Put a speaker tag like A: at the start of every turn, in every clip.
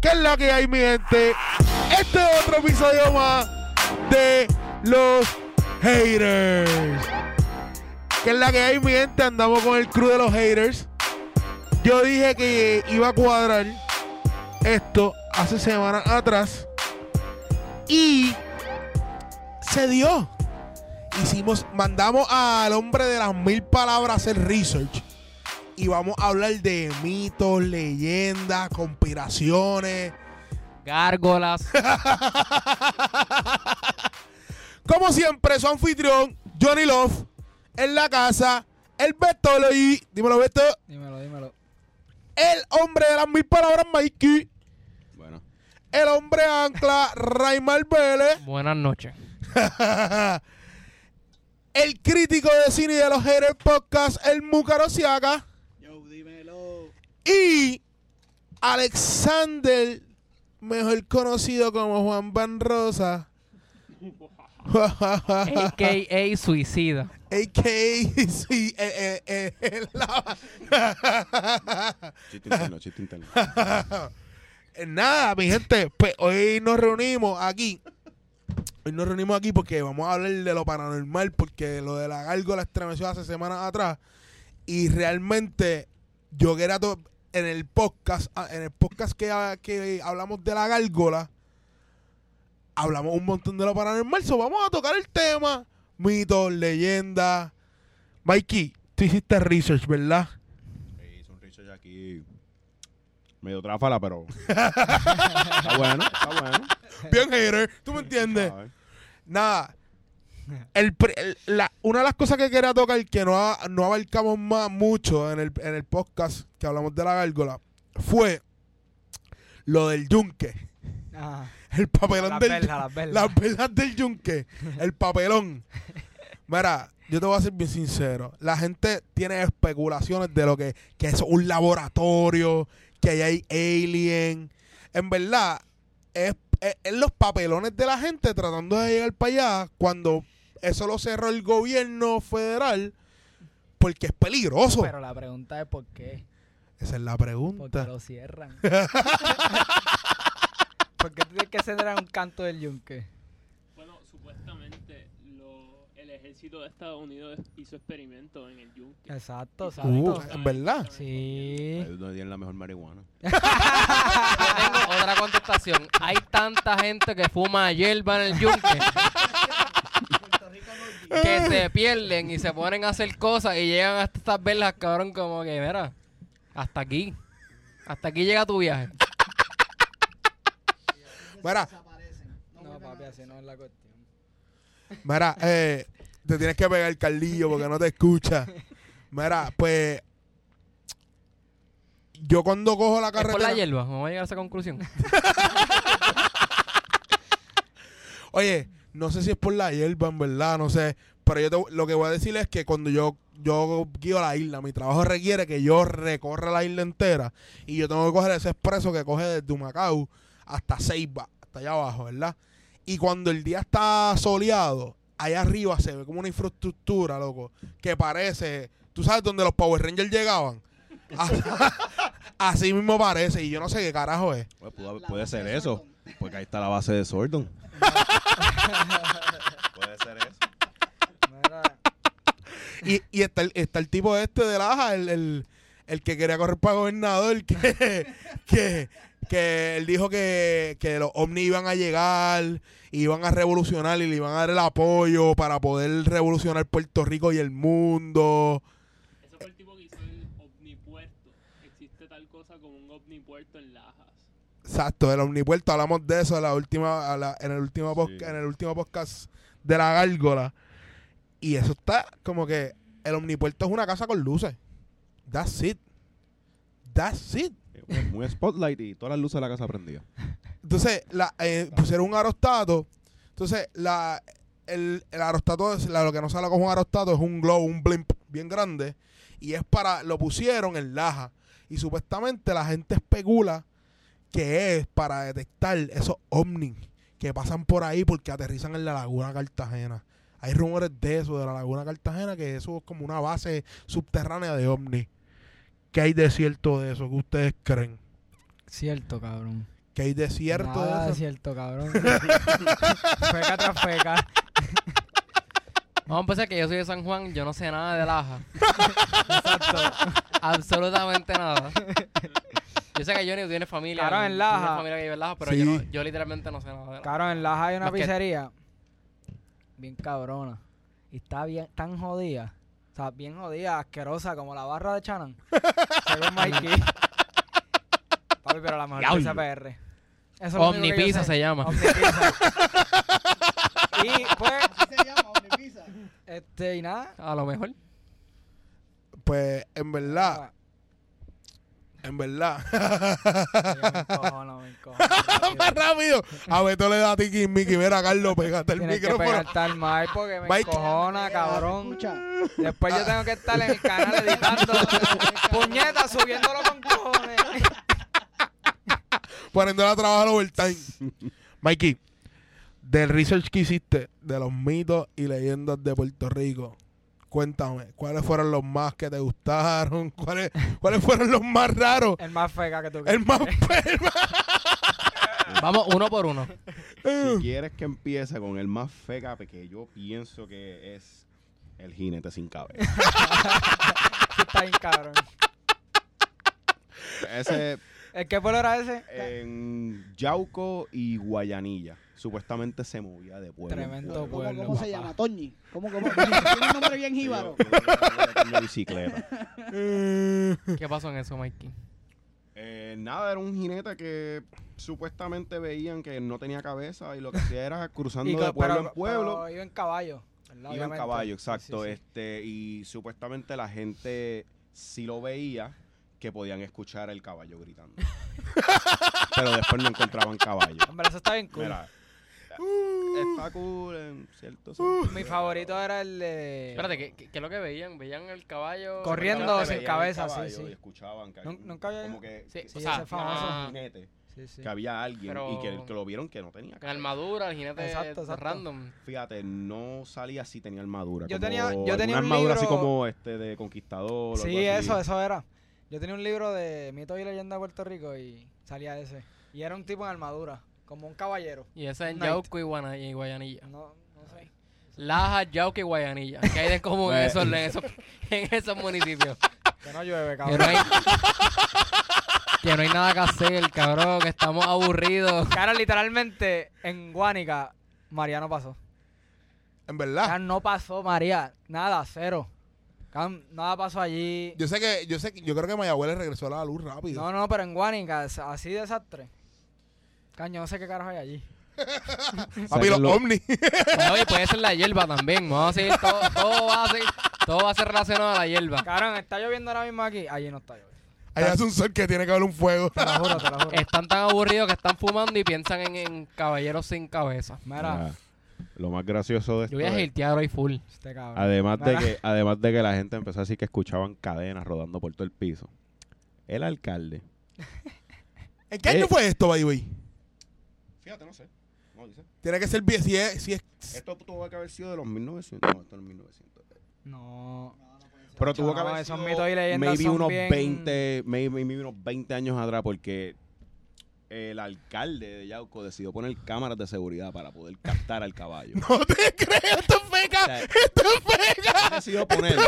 A: ¿Qué es la que hay, mi gente? Este es otro episodio más de los haters. ¿Qué es la que hay, mi gente? Andamos con el crew de los haters. Yo dije que iba a cuadrar esto hace semanas atrás. Y se dio. Hicimos, mandamos al hombre de las mil palabras a hacer research y vamos a hablar de mitos, leyendas, conspiraciones.
B: Gárgolas.
A: Como siempre, su anfitrión, Johnny Love, en la casa, el Beto y dímelo Beto,
B: dímelo, dímelo.
A: el hombre de las mil palabras, Mikey,
C: Bueno,
A: el hombre ancla, Raymar Vélez,
B: Buenas noches.
A: el crítico de cine de los Haters Podcast, el Múcaro Siaka. Y Alexander, mejor conocido como Juan Van Rosa.
B: AKA suicida.
A: A.K.A. sí, eh, eh, eh, la-
C: chiste interno, chiste interno.
A: Eh, Nada, mi gente, pues hoy nos reunimos aquí. Hoy nos reunimos aquí porque vamos a hablar de lo paranormal, porque lo de la gárgola estremeció hace semanas atrás. Y realmente, yo que era to- en el podcast, ah, en el podcast que, ah, que hablamos de la gárgola, hablamos un montón de lo paranormal. So, vamos a tocar el tema: mitos, leyendas. Mikey, tú hiciste research, ¿verdad?
C: Sí, hizo un research aquí medio tráfala, pero está bueno, está bueno.
A: Bien hater, ¿tú me entiendes?
C: A ver.
A: Nada. El pri- el- la- una de las cosas que quería tocar que no, a- no abarcamos más mucho en el, en el podcast que hablamos de la gárgola fue lo del yunque. El papelón
B: Las
A: del
B: velas,
A: yun-
B: las velas.
A: velas del yunque. El papelón. Mira, yo te voy a ser bien sincero. La gente tiene especulaciones de lo que, que es un laboratorio, que ahí hay alien. En verdad, es, es- es los papelones de la gente tratando de llegar para allá cuando eso lo cerró el gobierno federal porque es peligroso.
D: Pero la pregunta es por qué.
A: Esa es la
D: ¿Por
A: pregunta.
D: qué lo cierran? ¿Por qué tienes que cerrar un canto del yunque?
E: Bueno, supuestamente lo- el ejército de Estados Unidos hizo experimentos en el yunque.
D: Exacto, exacto.
A: Uh, en verdad.
C: Ahí
D: Sí.
C: es donde tienen la mejor marihuana.
B: Yo tengo otra contestación. Hay tanta gente que fuma hierba en el yunque. que se pierden y se ponen a hacer cosas y llegan hasta estas velas, cabrón, como que, mira, hasta aquí. Hasta aquí llega tu viaje.
A: Mira,
D: No, papi, así no es la cuestión.
A: Mira, eh, te tienes que pegar el caldillo porque no te escucha. Mira, pues. Yo cuando cojo la
B: Es por la
A: carretera.
B: hierba, vamos a llegar a esa conclusión.
A: Oye, no sé si es por la hierba, en verdad, no sé. Pero yo te- lo que voy a decir es que cuando yo, yo guío la isla, mi trabajo requiere que yo recorra la isla entera. Y yo tengo que coger ese expreso que coge desde Humacao hasta Ceiba, hasta allá abajo, ¿verdad? Y cuando el día está soleado, allá arriba se ve como una infraestructura, loco, que parece. ¿Tú sabes dónde los Power Rangers llegaban? Así, así mismo parece. Y yo no sé qué carajo es.
C: Pues, pudo haber- puede ser eso, porque ahí está la base de Sordon. puede ser eso.
D: Mira,
A: Y, y está, el, está el tipo este de Laja, el, el, el que quería correr para gobernador, que, que, que él dijo que, que los ovnis iban a llegar, iban a revolucionar y le iban a dar el apoyo para poder revolucionar Puerto Rico y el mundo.
E: Ese fue el tipo que hizo el omnipuerto. Existe tal cosa como un omnipuerto en Lajas.
A: Exacto, del omnipuerto, hablamos de eso en, la última, a la- en, el, último podca-
C: Sí.
A: en el último podcast de la gárgola. Y eso está como que el omnipuerto es una casa con luces. That's it. That's it.
C: Muy spotlight y todas las luces de la casa prendidas.
A: Entonces, la, eh, pusieron un arostato Entonces, la, el, el arostato, es- la- lo que no sale como un arostato es un glow, un blimp bien grande. Y es para, lo pusieron en Laja. Y supuestamente la gente especula que es para detectar esos ovnis que pasan por ahí porque aterrizan en la laguna Cartagena. Hay rumores de eso, de la laguna Cartagena, que eso es como una base subterránea de ovnis. ¿Qué hay de cierto de eso? ¿Qué ustedes creen?
D: Cierto, cabrón.
A: ¿Qué hay de cierto
D: Nada
A: de eso?
D: cierto, cabrón. feca tras feca.
B: Vamos a empezar que yo soy de San Juan, yo no sé nada de Laja. Absolutamente nada. Yo sé que Johnny tiene familia.
D: Claro, en
B: tiene
D: Laja.
B: familia que vive en Laja, pero
A: Sí.
B: yo, no- yo literalmente no sé nada de Laja.
D: Cabrón, en Laja hay una
B: Más que-
D: pizzería. Bien cabrona. Y está bien, tan jodida. O sea, bien jodida, asquerosa, como la barra de Chanan. Según Mikey. Papi, pero la mejor pizza PR. Eso es lo único que yo
B: Omnipizza
D: sé.
B: se llama.
D: Omnipizza. y pues,
F: Así se llama, Omnipizza.
D: este, y nada.
B: A lo mejor.
A: Pues en
B: Ah.
A: verdad, en verdad.
D: Yo me encojono, me encojono.
A: Más rápido. A Beto le da a Tiki Miki. Mira, Carlos, pegate el
D: Tienes que
A: micrófono.
D: pegarte al mic porque me
A: Mike.
D: encojona, cabrón.
F: Escucha.
D: Después yo tengo que estar en el canal editando. Puñeta, subiéndolo con cojones.
A: Poniéndole a trabajar overtime. Mikey, del research que hiciste de los mitos y leyendas de Puerto Rico, cuéntame, ¿cuáles fueron los más que te gustaron? ¿Cuáles, cuáles fueron los más raros?
D: El más feca que tú
A: El más
B: Vamos uno por uno.
C: Si
A: perro.
C: quieres que empiece con el más feca, que yo pienso que es el jinete sin cabeza.
D: Está bien, cabrón.
C: Ese
D: ¿El qué pueblo era ese?
C: en Yauco y Guayanilla. Supuestamente se movía de pueblo. en
D: Tremendo
F: ¿Cómo,
C: pueblo.
D: pueblo,
F: cómo se
D: papá.
F: llama? Toñi. ¿Cómo, cómo? Tiene un nombre bien jíbaro.
C: Yo- yo- yo- yo- bicicleta.
A: Eh,
B: ¿Qué pasó en eso, Mikey?
C: Eh, nada, era un jinete que supuestamente veían que no tenía cabeza y lo que hacía era cruzando
D: co-
C: de pueblo
D: pero-
C: en pueblo.
D: pero iba en caballo. ¿verdad?
C: Iba en
D: Obviamente.
C: caballo,
D: Sí,
C: exacto.
D: sí, sí.
C: Este, y supuestamente la gente si lo veía que podían escuchar el caballo gritando. Pero después no encontraban caballo.
D: Hombre, eso está bien cool. Uh.
C: Mira, está cool en cierto sentido,
D: Mi
C: pero-
D: favorito era el de...
B: Espérate, ¿qué, qué, qué es lo que veían? ¿Veían el caballo?
D: Corriendo
B: Supuestamente
D: sin
C: veían el
B: veían-
D: cabeza,
C: caballo
D: sí, sí.
C: y escuchaban que
D: Nun-
C: había un-
D: nunca había-
C: como que,
B: Sí,
C: que-
B: sí,
C: o
B: ese
C: sea,
B: famoso.
C: ah, jinete,
D: Sí, sí.
C: que había alguien y que,
B: Pero-
C: que lo vieron que no tenía.
B: Con armadura, el jinete
D: Exacto, exacto.
B: random.
C: Fíjate, no salía así, tenía armadura.
D: Yo
C: como-
D: tenía- yo tenía
C: una
D: un
C: armadura así
D: libro-
C: como este de conquistador. o
D: Sí,
C: algo así.
D: eso, eso era. Yo tenía un libro de mitos y leyendas de Puerto Rico y salía ese. Y era un tipo en armadura, como un caballero.
B: Y ese es en
D: Knight.
B: Yauco y, Guana- y Guayanilla.
D: No, no sé.
B: Laja, Yauco y Guayanilla. ¿Qué hay de común en, esos, en, esos, en esos municipios?
D: Que no llueve,
B: Que no,
D: cabrón.
B: hay, que no hay nada que hacer, cabrón, que estamos aburridos.
D: Cara, literalmente, en Guánica, María no pasó.
A: En
D: Cara,
C: Ah.
A: verdad.
D: no pasó, María. Nada, cero. Cara, nada pasó allí.
A: Yo sé que, yo sé que, yo creo que Mayagüez regresó a la luz rápido.
D: No, no, pero en Guánica, es así desastre. Caño, no sé qué carajo hay allí.
A: Papi, los
C: Sáquenlo.
A: ovnis.
B: Pero, oye, puede ser la hierba también. Vamos a seguir, todo, todo va a ser, todo va a ser relacionado a la hierba.
D: Cabrón, está lloviendo ahora mismo aquí. Allí no está lloviendo.
A: Allá hace un sol que tiene que haber un fuego.
D: Te lo juro, te lo juro.
B: Están tan aburridos que están fumando y piensan en, en caballeros sin cabeza.
D: Mira,
C: Mira, lo más gracioso de
B: Yo
C: esto
B: voy a
C: es-
B: giltear hoy full.
D: este cabrón.
C: Además de,
D: Mira.
C: que, además de que la gente empezó a decir que escuchaban cadenas rodando por todo el piso. El alcalde.
A: ¿En qué año
C: Eh.
A: fue esto, by the way?
C: Fíjate, no sé. No dice.
A: Tiene que ser bien, si es, si es
C: Esto tuvo que haber sido de los 1900. No, esto es 1900.
D: No.
C: Pero
D: Chacho,
C: tuvo que
D: no,
C: haber
D: esos
C: sido
D: mitos y leyendas
C: maybe
D: son
C: unos
D: bien-
C: 20, maybe, maybe unos 20 años atrás porque el alcalde de Yauco decidió poner cámaras de seguridad para poder captar al caballo.
A: No te creo, esto es
C: O
A: feca,
C: sea,
A: esto es feca,
C: decidió poner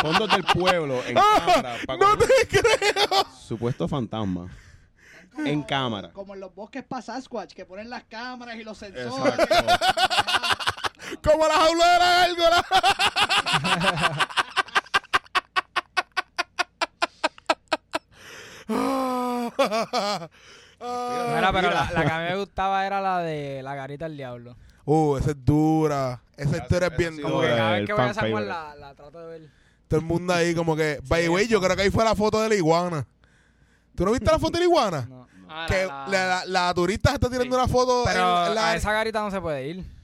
C: fondos del pueblo en
D: Ah,
C: cámara para
A: no
C: cuando-
A: te creo.
C: supuesto fantasma
F: Como-
C: en cámara.
F: Como en los bosques para Sasquatch, que ponen las cámaras y los sensores.
C: Exacto.
A: Como la jaula de la gárgola.
D: Mira, pero
C: Mira.
D: la, la que a mí me gustaba era la de la garita del diablo.
A: Uh, esa es dura. Esa
C: Esa-
A: historia es
C: esa
A: bien
C: sí
D: Como
A: dura.
D: que
C: Ahora,
D: cada vez
C: el
D: que voy a
C: fan
D: San Juan
C: favorite.
D: la, la trato de ver.
A: Todo el mundo ahí como que... By the way, yo creo que ahí fue la foto de la iguana. ¿Tú no viste la foto de la iguana?
D: No.
C: no.
B: Ah,
A: Que
B: la-
A: la, la-
B: la-
A: la turista está tirando una foto.
D: Pero
A: en Pues, la-
D: a esa garita no se puede ir.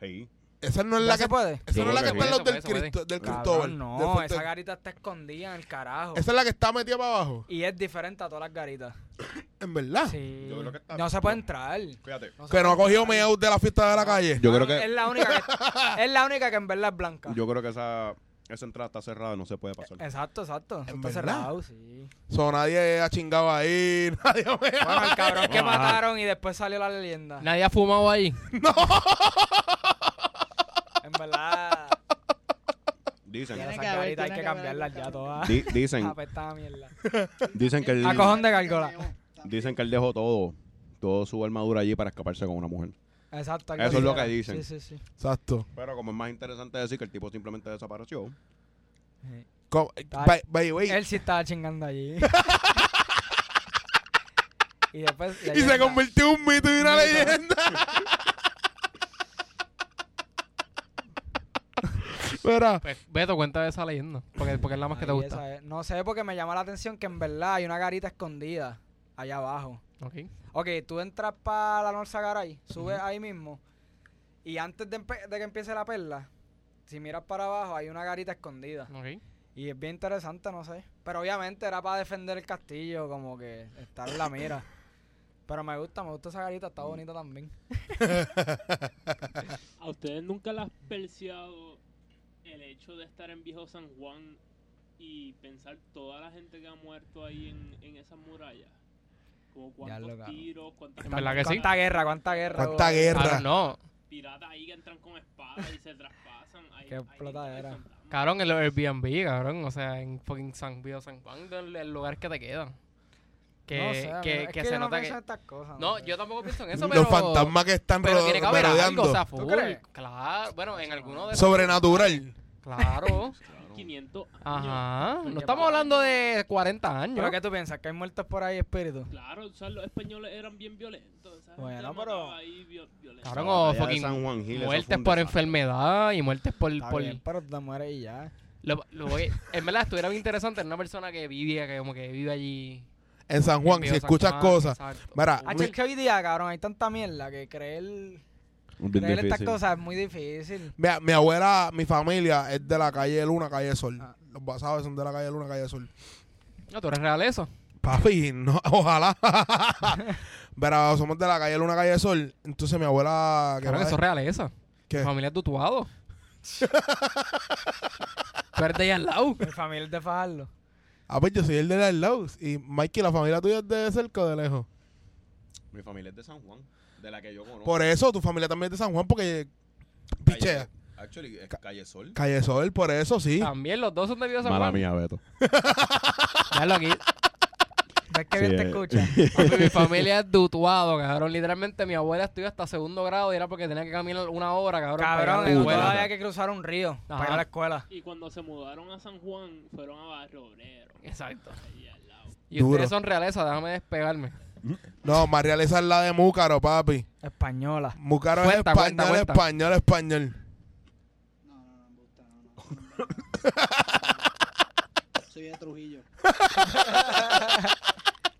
C: Sí.
A: esa no es
D: ¿No
A: la
D: se
A: que,
D: puede?
A: esa no es
C: Sí,
A: la que
C: sí.
A: está en los
B: Eso,
A: del,
B: eso, puede.
A: Cristo- del
D: Cabrón,
A: Cristóbal. Del
D: no,
A: Fuerte-
D: esa garita está escondida en el carajo.
A: esa es la que está metida para abajo.
D: Y es diferente a todas las garitas.
A: En verdad.
D: Sí.
C: yo creo que está-
D: no se puede entrar.
C: Fíjate.
D: No se
A: Que no Ah. ha
D: puede
A: cogido
D: entrar.
A: meow de la fiesta
B: Ah.
A: de la calle.
C: Yo creo
D: Es
C: que,
D: la única que, es la única que en verdad es blanca.
C: yo creo que esa, esa entrada está cerrada, no se puede pasar.
D: Exacto, exacto. Eso
A: ¿En
D: está
A: verdad?
D: cerrado, sí.
A: So, nadie ha chingado ahí. Nadie ha meado.
C: Ah.
D: Bueno, el
A: Ah.
D: cabrón que mataron y después salió la leyenda.
B: Nadie ha fumado ahí.
D: En verdad,
C: Dicen,
D: ya
F: Tiene
D: esas
F: que haber,
D: garitas hay
F: tiene
D: que
F: que haber
D: cambiarlas
F: algo
D: ya
F: que
D: todas.
C: di- dicen,
D: Apestada mierda.
C: dicen que él,
D: A cojón de gárgola.
C: dicen que él dejó todo, toda su armadura allí para escaparse con una mujer.
D: Exacto. algo
C: Eso es lo
D: así
C: que
D: era.
C: dicen.
D: Sí, sí, sí.
A: Exacto.
C: Pero como es más interesante decir que el tipo simplemente desapareció.
D: Sí.
A: Co- by- by the way,
D: Él sí estaba chingando allí. y después.
A: y se
D: leyenda.
A: convirtió en un mito y una
D: Un mito.
A: leyenda. Espera.
B: Pues, Beto, cuenta de esa leyenda. Porque, porque es la más que te
D: Ahí,
B: gusta.
D: esa es. No sé porque me llama la atención que en verdad hay una garita escondida allá abajo.
B: Ok.
D: Ok, tú entras para la Norza Garay, subes ahí mismo. Y antes de, empe- de que empiece la perla, si miras para abajo, hay una garita escondida.
B: Ok.
D: Y es bien interesante, no sé. Pero obviamente era para defender el castillo, como que estar en la mira. Pero me gusta, me gusta esa garita, está bonita también.
E: ¿A ustedes nunca les ha perciado el hecho de estar en Viejo San Juan y pensar toda la gente que ha muerto ahí en, en esas murallas? Como cuántos
D: lo, cabrón.
E: tiros, cuántas
B: En verdad que sí.
D: ¿Cuánta guerra, cuánta guerra?
A: Cuánta
D: hubo?
A: guerra.
B: Cabrón, Ah, no.
E: piratas ahí que entran con espadas y se traspasan. Ahí,
D: Qué
E: ahí
D: explotadera.
E: entra el fantasma.
B: Cabrón, el Airbnb, cabrón. O sea, en fucking San Pío, San Juan, el, el lugar que te queda. Que,
D: No sé, a mí
B: que,
D: no- es
B: que
D: yo
B: se
D: no
B: nota
D: pienso
B: que.
D: en estas cosas.
B: No,
D: sé.
B: yo tampoco pienso en eso, pero.
A: Los fantasmas que están
B: Pero
A: ro-
B: tiene que haber
A: rodeando.
B: algo, o sea,
D: ¿Tú
B: full.
D: crees?
B: Claro, bueno, en alguno de esos.
A: Sobrenatural.
B: Claro.
E: 500 años.
B: Ajá. No
E: Porque
B: estamos
E: para-
B: hablando de 40 años.
D: ¿Pero qué tú piensas? ¿Que hay muertos por ahí, espíritu?
E: Claro, o sea, los españoles eran bien violentos. esa gente
D: Bueno,
E: mataba
D: pero-
E: ahí vi- violento.
B: Cabrón,
C: La
B: o
C: batalla de
B: fucking
C: San Juan Gil, eso fue
B: muertes
C: un
B: por
C: desastre.
B: enfermedad y muertes por...
D: Está
B: por-
D: bien, pero te mueres y ya.
B: lo- lo voy- en verdad, estuviera bien interesante en una persona que vivía, que como que vive allí.
A: En San Juan,
B: en
A: si
B: Viejo San
A: escuchas
B: Juan,
A: cosas.
B: exacto.
A: Mira,
D: Ah, es que hoy día, cabrón, hay tanta mierda que creer,
C: Bien
D: creer estas
C: difícil.
D: cosas es muy difícil.
A: Mira, mi abuela, mi familia es de la calle Luna, calle Sol.
D: Ah.
A: Los basados son de la calle Luna, calle Sol.
B: No, tú eres real eso.
A: Papi, no, ojalá. Pero somos de la calle Luna, calle Sol. Entonces mi abuela.
B: Claro
A: va de-
B: que eso es real eso.
A: ¿Qué?
B: Familia es tutuado. tú eres de ahí al lado.
D: Mi familia es de Fajardo.
A: Ah, pues yo soy el de la Laus. Y Mikey, ¿la familia tuya es de cerca o de lejos?
C: Mi familia es de San Juan, de la que yo conozco.
A: Por eso, tu familia también es de San Juan, porque.
C: Calle-
A: Pichea.
C: Actually, es Calle Sol.
A: Calle Sol, por eso sí.
B: También los dos son de Villa San
C: Mala
B: Juan.
C: mía, Beto.
B: Déjalo aquí.
D: ¿Ves que
C: Sí,
D: bien te
C: eh.
D: escucha?
B: Papi, mi familia es dutuado, cabrón. Literalmente mi abuela estudió hasta segundo grado y era porque tenía que caminar una hora, cabrón. para llegar a
D: Cabrón,
B: la
D: en
B: escuela.
D: Utuado había que cruzar un río para ir a la escuela.
E: Y cuando se mudaron a San Juan, fueron a Barrio Obrero.
B: Exacto.
E: ahí al lado.
B: Y
A: Duro.
B: ustedes son realeza, déjame despegarme.
A: No, más real esa es la de Múcaro, papi.
D: Española.
A: Múcaro
B: Cuenta,
A: es
B: cuenta,
A: español, español,
B: cuenta.
A: español.
F: No, no, no, me gusta, no, no, no, no. Soy de Trujillo.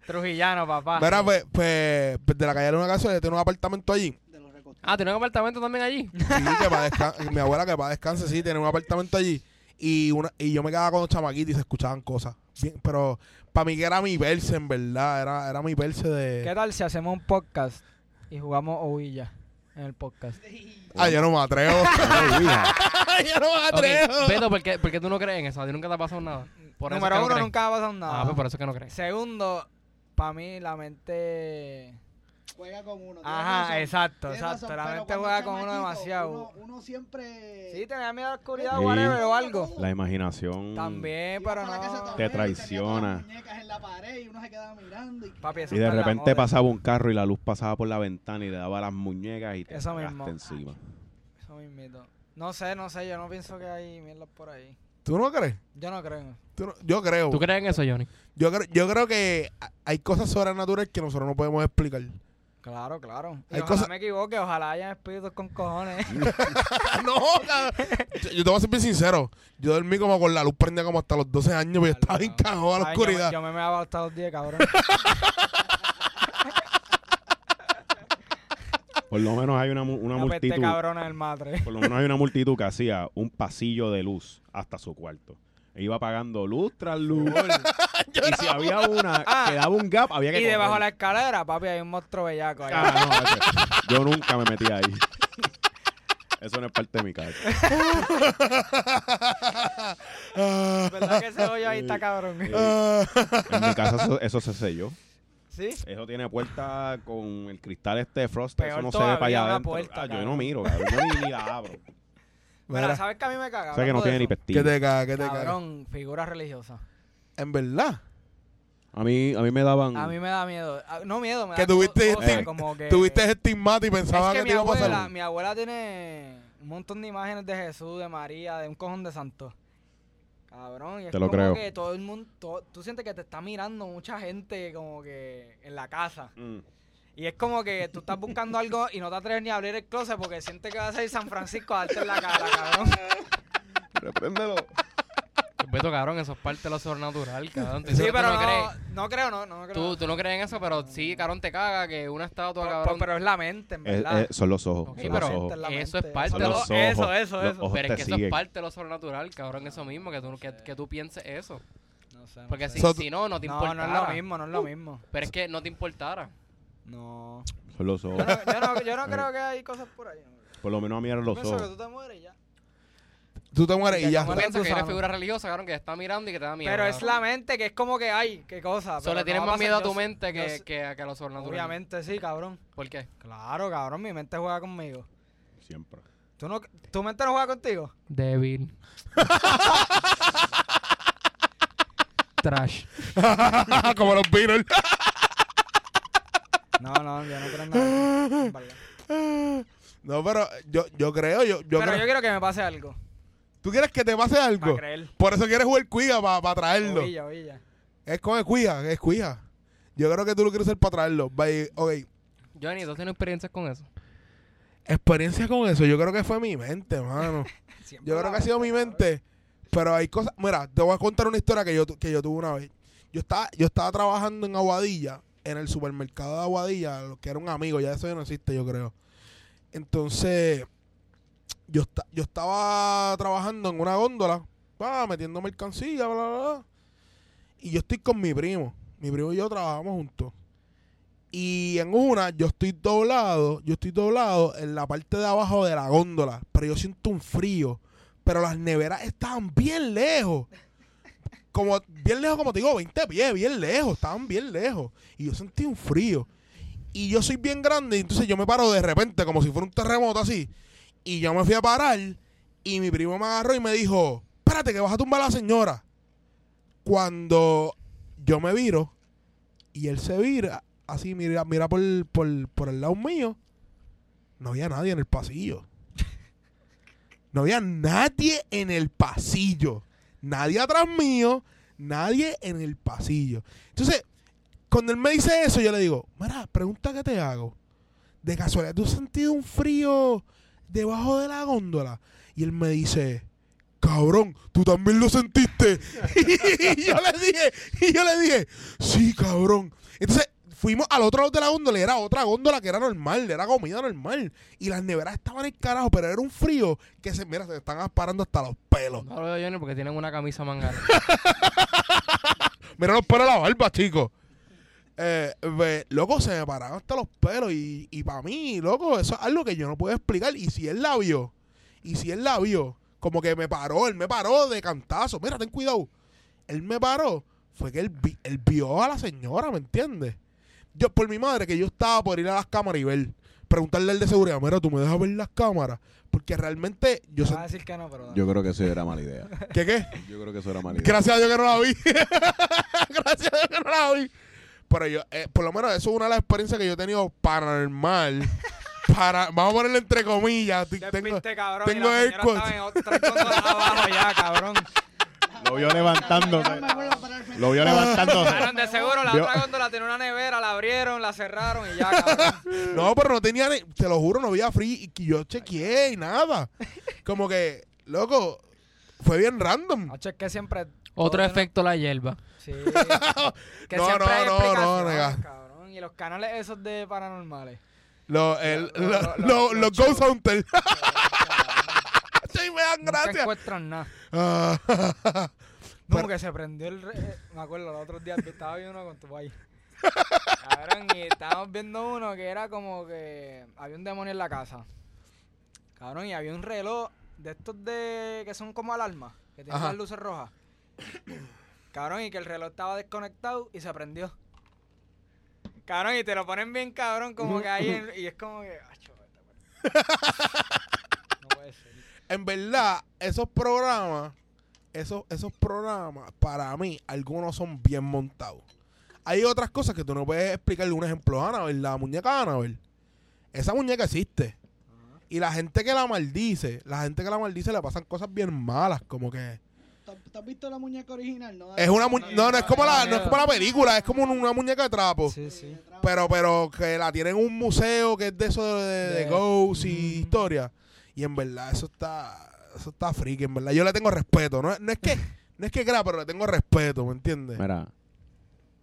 D: Trujillano,
B: Ah.
D: papá.
A: Mira, pues, pues, pues, de la calle Luna, calle Sol, yo tengo un apartamento allí.
F: De los recostados.
B: Ah, ¿tiene un apartamento también allí?
A: Sí, que para descan- mi abuela que para descanse, sí, tenía un apartamento allí. Y una y yo me quedaba con los chamaquitos y se escuchaban cosas. Bien, pero para mí que era mi verse, en verdad. Era, era mi verse
D: ¿Qué
A: de...
D: tal si hacemos un podcast y jugamos Ouija en el podcast?
A: Ah, yo no me atrevo. yo no me
B: Ok,
A: atrevo.
B: Beto, ¿por qué, por qué tú no crees en eso? ¿A ti nunca te ha pasado nada? Por eso es
D: Número
B: que no
D: uno,
B: crees.
D: nunca ha pasado
B: Ah,
D: nada.
B: pues por eso es que no crees.
D: Segundo, para mí la mente...
F: Juega con uno. tienes
D: Ajá,
F: razón.
D: exacto,
F: Tienes
D: exacto.
F: razón,
D: la
F: pero
D: mente
F: cuando
D: juega
F: es
D: con uno
F: chamaquito,
D: demasiado.
F: Uno, eh, uno siempre.
D: Sí, tenía miedo a la oscuridad,
C: Sí.
D: whatever, o algo.
C: La imaginación.
D: También,
F: Iba
D: pero
F: para la casa de tu
D: no.
C: Te
F: abuela y tenía todas
C: traiciona.
F: las muñecas en la pared y uno se quedaba mirando. Y...
D: Papi, eso
C: Y de
D: está en la
C: repente
D: moda.
C: pasaba un carro y la luz pasaba por la ventana y le daba las muñecas y te
D: Eso
C: cagaste
D: mismo.
C: encima.
D: Eso mismito. No sé, no sé, yo no pienso que hay mierda por ahí.
A: ¿Tú no crees?
D: Yo no creo.
A: Tú no- yo creo.
B: ¿Tú crees en eso, Johnny?
A: Yo, creo yo creo que ha- hay cosas sobrenaturales que nosotros no podemos explicar.
D: Claro, claro. Y
A: Hay
D: ojalá
A: cosas-
D: me equivoque, ojalá hayan espíritus con cojones.
A: no, cabrón. Yo- Yo te voy a ser bien sincero. Yo dormí como con la luz prendida como hasta los 12 años, pero yo estaba bien cagado a la
D: Ay, yo me-
A: oscuridad.
D: Yo me me he hasta los 10, cabrón.
C: Por lo menos hay una, mu- una
D: Una peste
C: multitud.
D: cabrona en el matre.
C: Por lo menos hay una multitud que hacía un pasillo de luz hasta su cuarto. E iba pagando luz tras luz. y si había una
D: Ah.
C: que daba un gap, había que
D: Y debajo de
C: correr.
D: la escalera, papi, hay un monstruo bellaco allá.
C: Ah, no, ese- Yo nunca me metí ahí. Eso no es parte de mi casa.
A: Ah,
D: ¿Verdad que ese hoyo ahí está cabrón?
C: Eh, En mi casa eso, eso se selló.
D: ¿Sí?
C: Eso tiene puerta con el cristal este de Frost.
D: Peor
C: eso no se ve
D: todavía,
C: para allá
D: una
C: adentro.
D: puerta,
C: Ah, yo
D: cabrón.
C: no miro, cabrón. Yo ni, ni la abro.
D: Mira,
A: Mira,
D: ¿sabes que a mí me caga?
C: O sea que no
D: Hablando
C: tiene
D: de
C: ni
D: eso.
A: que
C: pestillo.
A: te caga, que te caga.
D: Cabrón, figura religiosa.
A: En verdad.
C: A mí, a mí me daban...
D: A mí me da miedo. Ah, No miedo, me
A: Que
D: da
A: tuviste
D: cosa,
A: este-
D: como que...
A: Tuviste estigmata y
D: Eh, Es
A: pensabas
D: que
A: que,
D: mi
A: te iba a pasar.
D: abuela, mi abuela tiene un montón de imágenes de Jesús, de María, de un cojón de santo. Cabrón, y es
C: Te lo
D: como
C: creo.
D: que todo el mundo, to- tú sientes que te está mirando mucha gente como que en la casa.
C: Mm.
D: Y es como que tú estás buscando algo y no te atreves ni a abrir el closet porque sientes que vas a ir San Francisco a darte en la cara, cabrón.
C: Repréndelo.
B: Beto, cabrón, eso es parte de lo sobrenatural, cabrón. Tú
D: Sí,
B: dices que tú
D: pero
B: no crees.
D: no, no creo, no, no creo.
B: Tú, tú no crees en eso, pero sí, cabrón, te caga que una estatua,
D: pero,
B: cabrón.
D: pero es la mente, en
C: Es-
D: verdad.
C: es- son los ojos.
B: Ok,
C: son
B: pero-
C: los ojos.
D: la
B: eso es
D: mente.
B: parte
C: Son
B: de
C: los
B: lo-
C: ojos.
D: Eso, eso,
C: Los
D: eso.
C: ojos
B: Pero es
C: te
B: que eso es
C: siguen.
B: parte de lo sobrenatural, cabrón, eso mismo, que tú, que, que tú pienses eso.
D: No sé, no
B: Porque
D: sé.
B: si,
A: So,
B: si no, no te
D: No,
B: importara.
D: no es lo mismo, no es lo mismo.
B: Pero es que no te importara.
D: No.
C: Son los ojos.
D: Yo no, yo no- yo no creo que hay cosas por ahí. ¿no?
C: Por lo menos a mí eran los
D: Pienso que
C: ojos.
D: tú te mueres y ya.
A: Tú te mueres
D: Que
A: y ya.
D: te
B: Tú
D: Ahora
B: piensas que hay una
D: sabes.
B: figura religiosa, cabrón, que te está mirando y que te da miedo.
D: Pero es
B: cabrón.
D: la mente que es como que hay, qué cosa.
B: Solo
D: pero
B: le tienes
D: no va
B: más
D: ser-
B: miedo a
D: yo
B: tu
D: sé-
B: mente
D: yo
B: que,
D: sé-
B: que a que a lo sobrenatural.
D: Obviamente sí, cabrón.
B: ¿Por qué?
D: Claro, cabrón, mi mente juega conmigo.
C: Siempre.
D: ¿Tú no, ¿Tu mente no juega contigo?
B: Débil. Trash.
A: Como los Beatles.
D: No, no, yo no creo en nada. de eso, en verdad.
A: No, pero yo, yo creo, yo, yo
D: Pero
A: creo.
D: yo quiero que me pase algo.
A: ¿Tú quieres que te pase
D: Para
A: algo?
D: creer.
A: Por eso quieres jugar cuiga para traerlo.
D: Oilla, oilla.
A: Es con el cuija, es cuija. Yo creo que tú lo quieres usar para traerlo. By- ok.
B: Johnny, ¿tú tienes experiencias con eso?
A: Experiencia con eso, yo creo que fue mi mente, mano.
D: Siempre
A: Yo
D: la ¿eh?
A: creo que ha sido mi
D: cabrón.
A: mente. Pero hay cosas. Mira, te voy a contar una historia que yo, tu- que yo tuve una vez. Yo estaba, yo estaba trabajando en Aguadilla, en el supermercado de Aguadilla, lo que era un amigo, ya eso ya no existe, yo creo. Entonces, yo, esta- yo estaba trabajando en una góndola, pa, metiendo mercancía, bla, bla, bla. Y yo estoy con mi primo. Mi primo y yo trabajamos juntos. Y en una, yo estoy doblado, yo estoy doblado en la parte de abajo de la góndola, pero yo siento un frío. Pero las neveras estaban bien lejos. Como, bien lejos, como te digo, 20 pies, bien lejos, estaban bien lejos. Y yo sentí un frío. Y yo soy bien grande, y entonces yo me paro de repente, como si fuera un terremoto así. Y yo me fui a parar, y mi primo me agarró y me dijo, espérate que vas a tumbar a la señora. Cuando yo me viro, y él se vira, así mira, mira por, por, por el lado mío. No había nadie en el pasillo. No había nadie en el pasillo. Nadie atrás mío. Nadie en el pasillo. Entonces, cuando él me dice eso, yo le digo, mira, pregunta que te hago. De casualidad, ¿tú has sentido un frío debajo de la góndola? Y él me dice, cabrón, tú también lo sentiste. y yo le dije, y yo le dije, sí, cabrón. Entonces fuimos al otro lado de la góndola y era otra góndola que era normal, era comida normal. Y las neveras estaban en el carajo, pero era un frío que se, mira, se me están parando hasta los pelos.
B: No lo veo, Johnny, porque tienen una camisa manga.
A: Mira los pelos de la barba, chicos. Eh, ve, loco, se me pararon hasta los pelos. Y, y para mí, loco, eso es algo que yo no puedo explicar. Y si él la vio, y si él la vio, como que me paró, él me paró de cantazo. Mira, ten cuidado. Él me paró, fue que él, vi- él vio a la señora, ¿me entiendes? Yo, por mi madre, que yo estaba por ir a las cámaras y ver, preguntarle al de seguridad, mira, tú me dejas ver las cámaras. Porque realmente, yo
D: Vas a
A: sentí.
D: decir que no, pero... dale.
C: Yo creo que eso era mala idea.
A: ¿Qué qué?
C: Yo creo que eso era mala idea.
A: Gracias a Dios que no la vi. Gracias a Dios que no la vi. Pero yo, eh, por lo menos, eso es una de las experiencias que yo he tenido paranormal. Para, vamos a ponerle entre comillas. Ti- Tengo,
D: Despiste, cabrón,
A: tengo
D: y la señora
A: AirPods.
D: estaba en otra góndola abajo ya, cabrón.
C: Lo vio levantándose.
F: Ya me vuelvo a parar frente
C: Lo vio levantándose.
D: Cabrón, de seguro la
C: Vio-
D: otra góndola tenía una nevera, la abrieron, la cerraron y ya, cabrón.
A: no, pero no tenía, ni- te lo juro, no había free y que yo chequeé y nada. Como que, loco, fue bien random.
D: Hacho, es que siempre...
B: Otro
D: todo-
B: efecto, la hierba.
D: Sí.
A: No, no,
D: hay
A: no, no,
D: explicaciones,
A: nega.
D: cabrón. Y los canales esos de paranormales.
A: Lo- el-
D: Lo-
A: lo-
D: lo-
A: lo-
D: lo-
A: los Ghost Hunters. Sí, me dan
D: Nunca
A: gracias.
D: encuentran nada.
A: Ah,
D: No,
A: Pero-
D: que se prendió el. re- eh, Me acuerdo, los otros días estaba viendo uno con tu país. Cabrón, y estábamos viendo uno que era como que había un demonio en la casa. Cabrón, y había un reloj de estos de que son como alarmas, que tienen
A: Ajá.
D: las luces rojas. Cabrón, y que el reloj estaba desconectado y se prendió. Cabrón, y te lo ponen bien cabrón, como que ahí. en- y es como que. "Ah, "Acho, vete, vete". no puede ser.
A: en verdad, esos programas, esos, esos programas, para mí, algunos son bien montados. Hay otras cosas que tú no puedes explicarle. Un ejemplo, Annabelle, la muñeca de Annabelle. Esa muñeca existe. Y la gente que la maldice, la gente que la maldice le pasan cosas bien malas, como que...
F: ¿Tú tú has visto la muñeca original? No,
A: Es una mu- no, no es como la, no es como la película, es como un- una muñeca de trapo.
D: Sí, sí.
A: Pero, pero que la tienen en un museo que es de eso de, de- de
D: De-
A: ghosts y
D: Mm.
A: historia. Y en verdad, eso está. Eso está friki, en verdad. Yo le tengo respeto. No, es- no es que. No es que crea, pero le tengo respeto, ¿me entiendes?
C: Mira,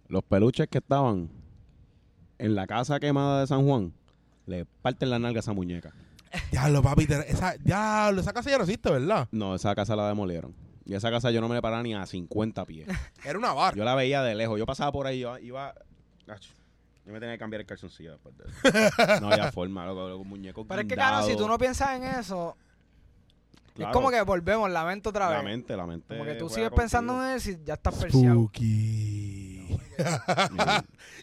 C: los peluches que estaban en la casa quemada de San Juan, le parten la nalga a esa muñeca.
A: Diablo, papi. te- esa, diablo, esa casa ya no existe, ¿verdad?
C: No, esa casa la demolieron. Y esa casa yo no me le paraba ni a 50 pies.
A: Era una barra.
C: Yo la veía de lejos. Yo pasaba por ahí, yo iba. Ach, yo me tenía que cambiar el calzoncillo después de eso. No había forma, loco, loco, muñecos
D: Pero es que, cabrón, si tú no
C: guindados.
D: piensas en eso,
C: Claro,
D: es como que volvemos, lamento otra vez.
C: La mente, la mente.
D: Como que tú
C: juega
D: sigues
C: contigo.
D: pensando en eso y ya estás perseado.
A: Spooky.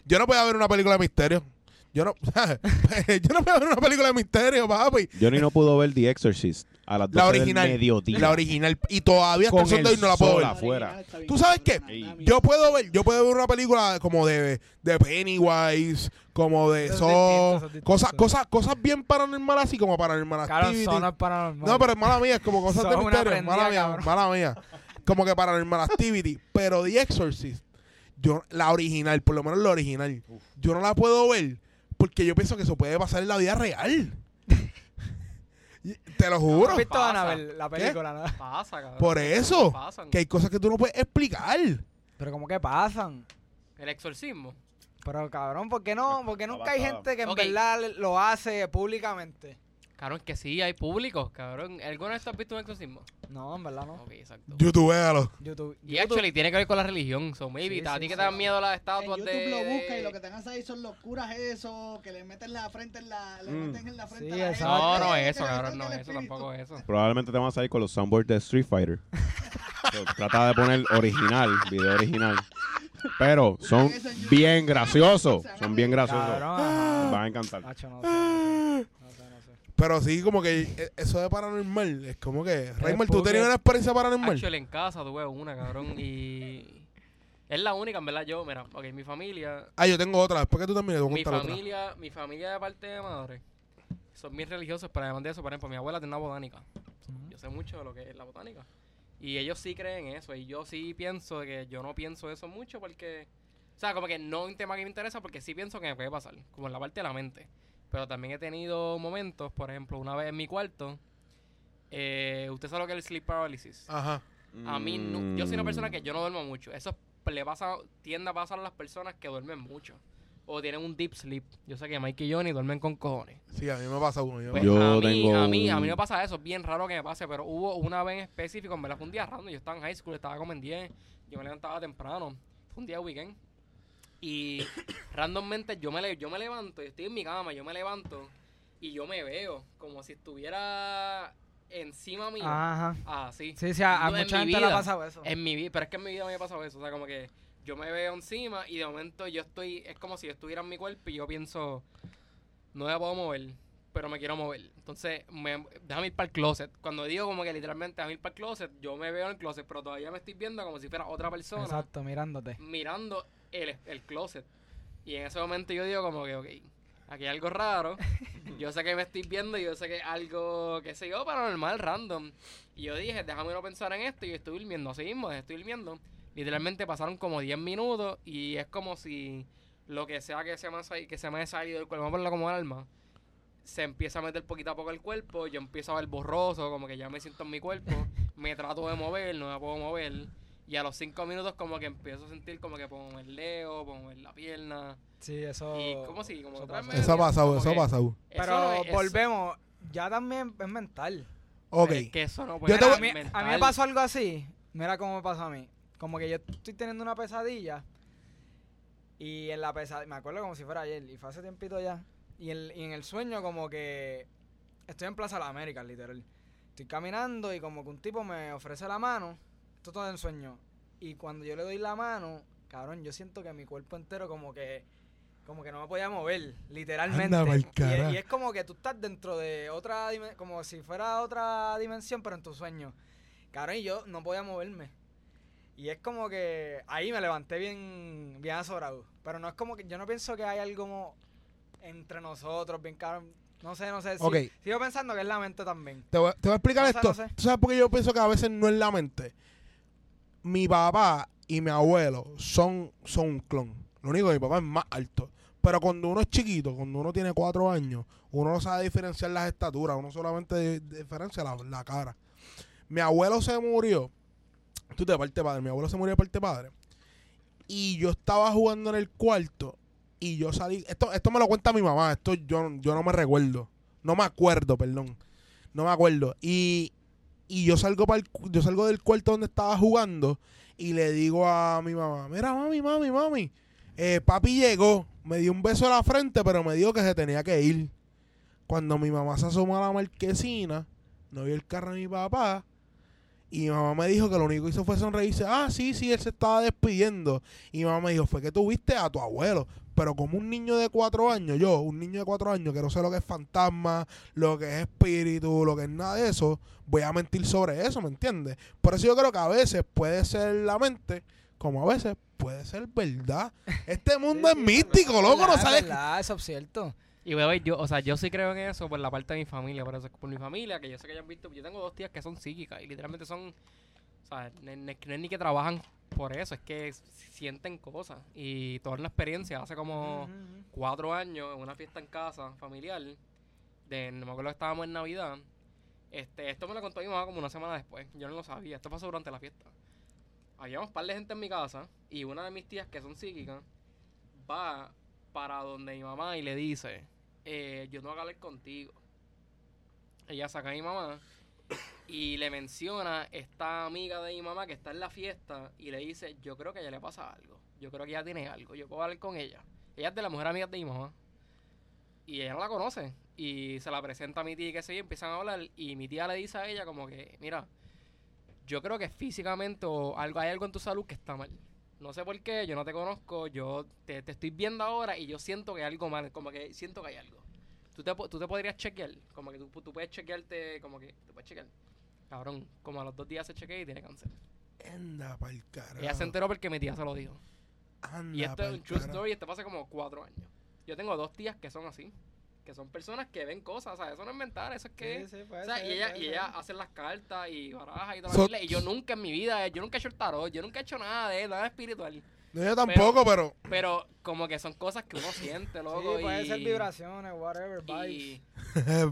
A: Yo no podía ver una película de misterio. Yo no. yo no podía ver una película de misterio, papi.
C: Johnny no pudo ver The Exorcist a las 12
A: La original.
C: del mediodía.
A: La original. Y todavía hasta el
C: Con
A: sol de
C: el
A: hoy no la puedo
C: sol
A: ver.
C: afuera.
A: ¿Tú sabes qué?
C: Ey.
A: Yo puedo ver, yo puedo ver una película como de, de Pennywise, como de
D: Eso es
A: Saw,
D: distinto, eso es distinto.
A: cosas, cosas, cosas bien paranormales así como paranormal
D: Claro,
A: activity.
D: son no es paranormal.
A: No, pero es mala mía, es como cosas
D: Son
A: de
D: una
A: misterio,
D: prendida,
A: mala mía,
D: cabrón.
A: mala mía. Como que paranormal activity, pero The Exorcist, yo la original, por lo menos la original, yo no la puedo ver porque yo pienso que eso puede pasar en la vida real. Y- Te lo
D: ¿Tú
A: juro.
D: has visto
B: Pasa.
D: Annabelle, la película? nada?
B: Pasa, cabrón.
A: Por eso,
B: Pasan.
A: que hay cosas que tú no puedes explicar.
D: Pero como que pasan.
B: El exorcismo.
D: Pero cabrón, ¿por qué no? Porque
C: Está
D: nunca hay
C: basada.
D: gente que en
B: Ok.
D: verdad le- lo hace públicamente.
B: Cabrón, que sí, hay público, cabrón. ¿Alguna vez tú has visto un exorcismo?
D: No, en verdad no.
B: Ok, exacto.
A: YouTube, véalo.
D: YouTube.
B: y
D: YouTube-
B: actually tiene que ver con la religión, so maybe.
D: Sí,
B: a
D: sí,
B: ti que
D: sí.
B: te dan miedo las
F: En
B: estatuas
F: YouTube
B: de...
F: lo busca y lo que te van a salir son los curas esos que le meten la frente en la, le
C: Mm.
F: meten en la frente
D: Sí,
F: a la gente,
D: exacto.
B: No, no
F: que
B: es eso,
F: le
B: cabrón,
F: toca
B: no
F: el
B: es eso,
F: espíritu.
B: tampoco es eso.
C: Probablemente te vas a ir con los soundboards de Street Fighter. So, Trata de poner original, video original. Pero son bien graciosos. Son bien graciosos.
D: Cabrón. ajá.
C: Te van a encantar.
D: Nacho, no sé, no sé. No sé, no sé.
A: Pero sí, como que eh, eso de paranormal es como que. Raymond, ¿tú
D: porque-
A: tenías una experiencia paranormal?
B: Actually, en casa tuve una, cabrón, y... Es la única, en verdad, yo, mira, ok, mi familia,
A: Ah, yo tengo otra. Después que tú termines, te voy a
B: mi
A: contar otra.
B: familia, mi familia de parte de madre, son bien religiosos, pero además de eso, por ejemplo, mi abuela tiene una botánica. Yo sé mucho de lo que es la botánica. Y ellos sí creen eso. Y yo sí pienso de que yo no pienso eso mucho porque. O sea, como que no es un tema que me interesa porque sí pienso que me puede pasar. Como en la parte de la mente. Pero también he tenido momentos, por ejemplo, una vez en mi cuarto. eh, usted sabe lo que es el sleep paralysis.
A: Ajá.
B: A mí, nu- yo soy una persona que yo no duermo mucho. Eso le pasa, tiende a pasar a las personas que duermen mucho. O tienen un deep sleep. Yo sé que Mike y Johnny duermen con cojones.
A: Sí, a mí me pasa uno. Yo,
B: Pues
C: Yo
B: a mí,
C: tengo
B: a mí, a
C: un-
B: mí me pasa eso, es bien raro que me pase, pero hubo una vez en específico, me la fue un día random, yo estaba en high school, estaba como en 10, yo me levantaba temprano, fue un día de weekend, y randommente yo me, le- yo me levanto, yo estoy en mi cama, yo me levanto, y yo me veo como si estuviera encima mío, Ah,
D: Ajá.
B: así,
D: Ah, Sí, sí, a, a
B: No, en
D: mucha
B: mi
D: gente le ha
B: vida.
D: pasado eso.
B: en mi vida, pero es que en mi vida me ha pasado eso, o sea, como que yo me veo encima, y de momento yo estoy, es como si yo estuviera en mi cuerpo, y yo pienso no me puedo mover, pero me quiero mover. Entonces, me, déjame ir para el closet. Cuando digo como que literalmente déjame ir para el closet, yo me veo en el closet, pero todavía me estoy viendo como si fuera otra persona
D: Exacto, mirándote.
B: mirando el, el closet. Y en ese momento yo digo como que, ok, aquí hay algo raro. Yo sé que me estoy viendo y yo sé que es algo, qué sé yo, paranormal, random. Y yo dije, déjame no pensar en esto y yo estoy durmiendo así mismo, estoy durmiendo. Literalmente pasaron como 10 minutos y es como si lo que sea que se me, ha sali- que se me haya salido del cuerpo, vamos a ponerlo como alma, se empieza a meter poquito a poco el cuerpo, yo empiezo a ver borroso, como que ya me siento en mi cuerpo, me trato de mover, no me puedo mover. Y a los cinco minutos como que empiezo a sentir como que puedo mover el dedo, puedo mover la pierna.
D: Sí, eso.
B: Y como si, como
D: eso
B: otra
D: pasa.
B: vez.
A: Eso ha pasado,
B: Como
A: eso ha
B: que-
A: pasado.
B: Eso
D: Pero
B: no es- eso-
D: volvemos, ya también es mental.
A: Ok.
B: Es que eso no
A: Yo
B: puede
A: te voy-
D: Mira,
B: ser
D: a, mí, a
B: mental.
D: mí me pasó algo así. Mira cómo me pasó a mí. Como que yo estoy teniendo una pesadilla. Y en la pesadilla, me acuerdo como si fuera ayer, y fue hace tiempito ya. Y, el- y en el sueño, como que estoy en Plaza de las Américas, literal. Estoy caminando y como que un tipo me ofrece la mano. Esto todo en sueño. Y cuando yo le doy la mano, cabrón, yo siento que mi cuerpo entero como que como que no me podía mover, literalmente.
A: Anda pa'l
D: Y-
A: carajo.
D: y, es como que tú estás dentro de otra dimen- como si fuera otra dimensión, pero en tu sueño. Cabrón, y yo no podía moverme. Y es como que ahí me levanté bien, bien asobrado. Pero no es como que yo no pienso que hay algo como entre nosotros, bien cabrón. No sé, no sé. si-
A: Ok.
D: Sigo pensando que es la mente también.
A: Te voy, te voy a explicar
D: No sé,
A: esto.
D: no sé.
A: ¿Tú sabes por qué yo pienso que a veces no es la mente? Mi papá y mi abuelo son, son un clon. Lo único que mi papá es más alto. Pero cuando uno es chiquito, cuando uno tiene cuatro años, uno no sabe diferenciar las estaturas, uno solamente di- diferencia la, la cara. Mi abuelo se murió. Tú de parte de padre, mi abuelo se murió de parte de padre. Y yo estaba jugando en el cuarto y yo salí. Esto, esto me lo cuenta mi mamá, esto yo, yo no me recuerdo. No me acuerdo, perdón. No me acuerdo. Y, y yo salgo para yo salgo del cuarto donde estaba jugando y le digo a mi mamá, mira mami, mami, mami. eh, papi llegó, me dio un beso en la frente, pero me dijo que se tenía que ir. Cuando mi mamá se asomó a la marquesina, no vio el carro de mi papá. Y mi mamá me dijo que lo único que hizo fue sonreírse. Ah, sí, sí, él se estaba despidiendo. Y mi mamá me dijo, fue que tuviste a tu abuelo. Pero como un niño de cuatro años, yo, un niño de cuatro años que no sé lo que es fantasma, lo que es espíritu, lo que es nada de eso, voy a mentir sobre eso, ¿me entiendes? Por eso yo creo que a veces puede ser la mente, como a veces puede ser verdad. Este mundo es místico, loco, no
D: Verdad,
A: sabes.
D: verdad, Eso es cierto.
B: Y bebé, yo, o sea, yo sí creo en eso por la parte de mi familia, por eso por mi familia, que yo sé que hayan visto, yo tengo dos tías que son psíquicas y literalmente son, o sea, no es- no es no es ni que trabajan por eso, es que s- sienten cosas y toda una experiencia hace como
D: Ujú, ujú.
B: cuatro años en una fiesta en casa familiar, de, no me acuerdo que estábamos en Navidad, este, esto me lo contó mi mamá como una semana después, yo no lo sabía, esto pasó durante la fiesta. Habíamos un par de gente en mi casa y una de mis tías que son psíquicas va para donde mi mamá y le dice, eh, yo tengo que hablar contigo. Ella saca a mi mamá y le menciona esta amiga de mi mamá que está en la fiesta y le dice, yo creo que a ella le pasa algo, yo creo que ella tiene algo, yo puedo hablar con ella. Ella es de la mujer amiga de mi mamá. Y ella no la conoce. Y se la presenta a mi tía y qué sé yo, empiezan a hablar. Y mi tía le dice a ella como que, mira, yo creo que físicamente o algo, hay algo en tu salud que está mal. No sé por qué, yo no te conozco, yo te, te estoy viendo ahora y yo siento que hay algo mal, como que siento que hay algo. Tú te, po- tú te podrías chequear, como que tú, tú puedes chequearte, como que tú puedes chequear. Cabrón, como a los dos días se chequea y tiene cáncer.
A: Anda pa'l carajo.
B: Ella se enteró porque mi tía se lo dijo.
A: Anda
B: Y esto es
A: pa'l
B: un true
A: carajo.
B: story, esto pasa como cuatro años. Yo tengo dos tías que son así, que son personas que ven cosas, o sea, eso no es mental, eso es que...
D: Sí, sí,
B: o
D: puede
B: sea,
D: ser,
B: y ella,
D: puede
B: y
D: ser.
B: ella hace las cartas y barajas y toda
A: So-
B: la mierda, y yo nunca en mi vida, eh, yo nunca he hecho el tarot, yo nunca he hecho nada de nada espiritual.
A: No, yo tampoco, pero.
B: Pero como que son cosas que uno siente, loco.
D: Sí, puede
B: y,
D: ser vibraciones, whatever, vibes.
B: y-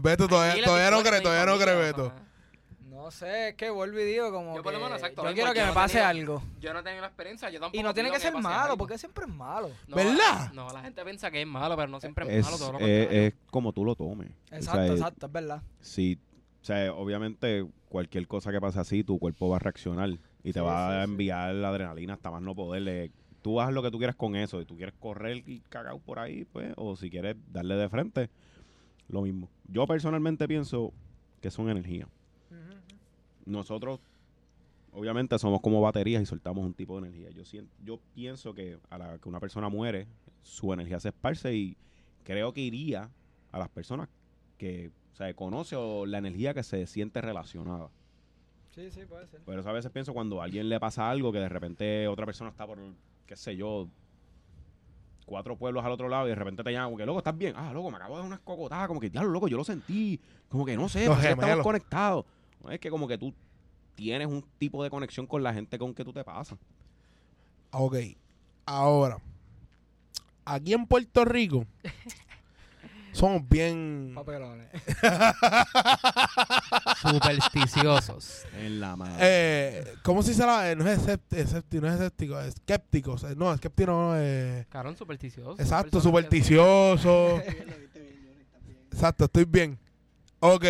A: Beto todavía,
B: Aquí la
A: todavía no
B: historia
A: cree,
B: de mi
A: todavía no cree,
B: familia,
A: Beto.
B: o sea,
D: No sé, es que vuelvo y digo como
B: Yo por lo
D: que
B: menos, exacto,
D: yo
B: lo
D: quiero
B: mismo,
D: que
B: yo
D: me
B: no
D: pase
B: tenía-
D: algo.
B: Yo no he tenido la experiencia, yo tampoco
D: Y no tiene
B: digo
D: que ser
B: me pase
D: malo,
B: algo.
D: porque siempre es malo.
B: No,
A: ¿Verdad?
B: No, la gente piensa que es malo, pero no siempre es,
C: Es,
B: malo, todo lo
C: eh,
B: contrario.
C: es como tú lo tomes. O
D: Exacto,
A: eh,
C: sea,
D: exacto, es verdad.
C: si, o sea, obviamente cualquier cosa que pase así, tu cuerpo va a reaccionar y te
D: Sí,
C: va
D: sí,
C: a
D: sí.
C: enviar la adrenalina hasta más no poderle. Tú haz lo que tú quieras con eso. Si tú quieres correr y cagao por ahí, pues, o si quieres darle de frente, lo mismo. Yo personalmente pienso que son energía. Nosotros, obviamente, somos como baterías y soltamos un tipo de energía. Yo, siento, yo pienso que a la que una persona muere, su energía se esparce y creo que iría a las personas que o sea, conoce o la energía que se siente relacionada.
D: Sí, sí, puede
A: Mm.
D: ser.
C: Por eso a veces pienso cuando a alguien le pasa algo que de repente otra persona está por, qué sé yo, cuatro pueblos al otro lado y de repente te llaman como que, loco, ¿estás bien? Ah, loco, me acabo de dar unas cocotadas, como que, diablo, loco, yo lo sentí. Como que no sé,
A: Los
C: parece que estamos
A: gemelos.
C: conectados. No, es que como que tú tienes un tipo de conexión con la gente con que tú te pasas.
A: Ah, Ok. Ahora, aquí en Puerto Rico Somos bien.
D: Papelones.
G: Supersticiosos.
C: En la madre.
A: Eh, ¿Cómo se dice la.? eh, no, es escéptico, no es escéptico, es escépticos. eh, no, escéptico no eh,
G: Carón supersticioso.
A: Exacto, supersticioso.
F: Bien, lo viste bien, Johnny, también.
A: Exacto, estoy bien. Ok.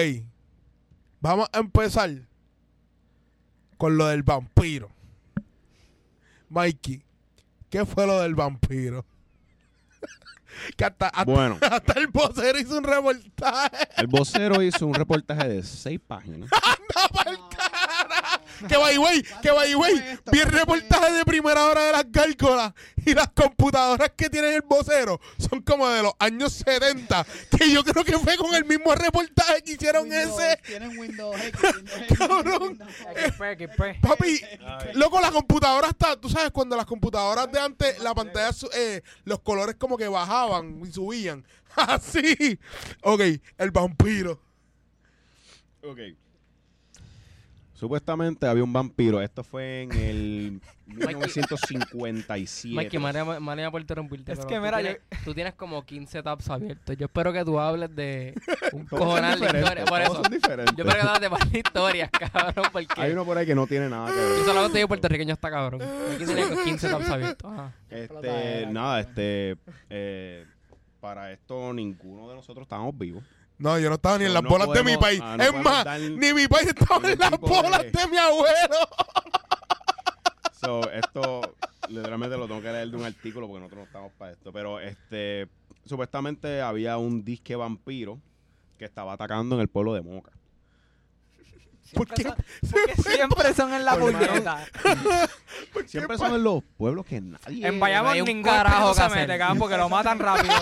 A: Vamos a empezar con lo del vampiro. Mikey, ¿qué fue lo del vampiro? que hasta, hasta-
C: Bueno.
A: hasta el vocero hizo un reportaje.
C: El vocero hizo un reportaje de seis páginas.
A: Que by the way, que by the way,
F: Esto,
A: vi el
F: esto,
A: reportaje de primera hora de las gárgolas y las computadoras que tienen el vocero son como de los años 70, que yo creo que fue con el mismo reportaje que hicieron
F: Windows,
A: ese.
F: Tienen Windows X, Windows X,
A: Cabrón.
F: Windows X.
D: XP, XP.
A: Papi, loco, la computadora está, tú sabes, cuando las computadoras de antes, la pantalla, su- eh, los colores como que bajaban y subían. Así. Ok, el vampiro.
C: Ok. Supuestamente había un vampiro. Esto fue en el
G: Mikey,
C: 1957.
G: María, María por interrumpirte.
D: Es
G: pero
D: que
G: tú
D: mira, yo-
G: tienes, tú tienes como 15 tabs abiertos. Yo espero que tú hables de un
C: Todos son
G: cojonal de
C: diferentes,
G: historia. Por
C: todos
G: eso,
C: son diferentes.
G: yo espero que tú hables de más historias, cabrón, porque
C: Hay uno por ahí que no tiene nada que ver.
G: yo solamente digo puertorriqueño está cabrón. Mikey tiene como 15 tabs abiertos. Ajá.
C: Este,
D: Explotadera,
C: nada,
D: cabrón.
C: este, eh, para esto ninguno de nosotros estábamos vivos.
A: No, yo no estaba ni en
C: No,
A: las
C: no
A: bolas de mi
C: podemos-
A: país.
C: ah, no
A: es
C: podemos
A: más,
C: dar
A: ni mi país estaba en
C: ningún
A: las
C: tipo
A: bolas
C: de-
A: de mi abuelo.
C: So, esto, literalmente lo tengo que leer de un artículo porque nosotros no estamos para esto. Pero, este, supuestamente había un disque vampiro que estaba atacando en el pueblo de Moca.
A: ¿Por qué?
D: Siempre son- porque siempre son en la
C: Por mano.
D: puñeta.
C: Siempre son en los pueblos que nadie...
D: En
G: No hay
D: Bayamón
G: un
D: ningún
G: carajo
D: carajo
G: que
D: se
G: hacer.
D: mete, cabrón, porque lo matan rápido.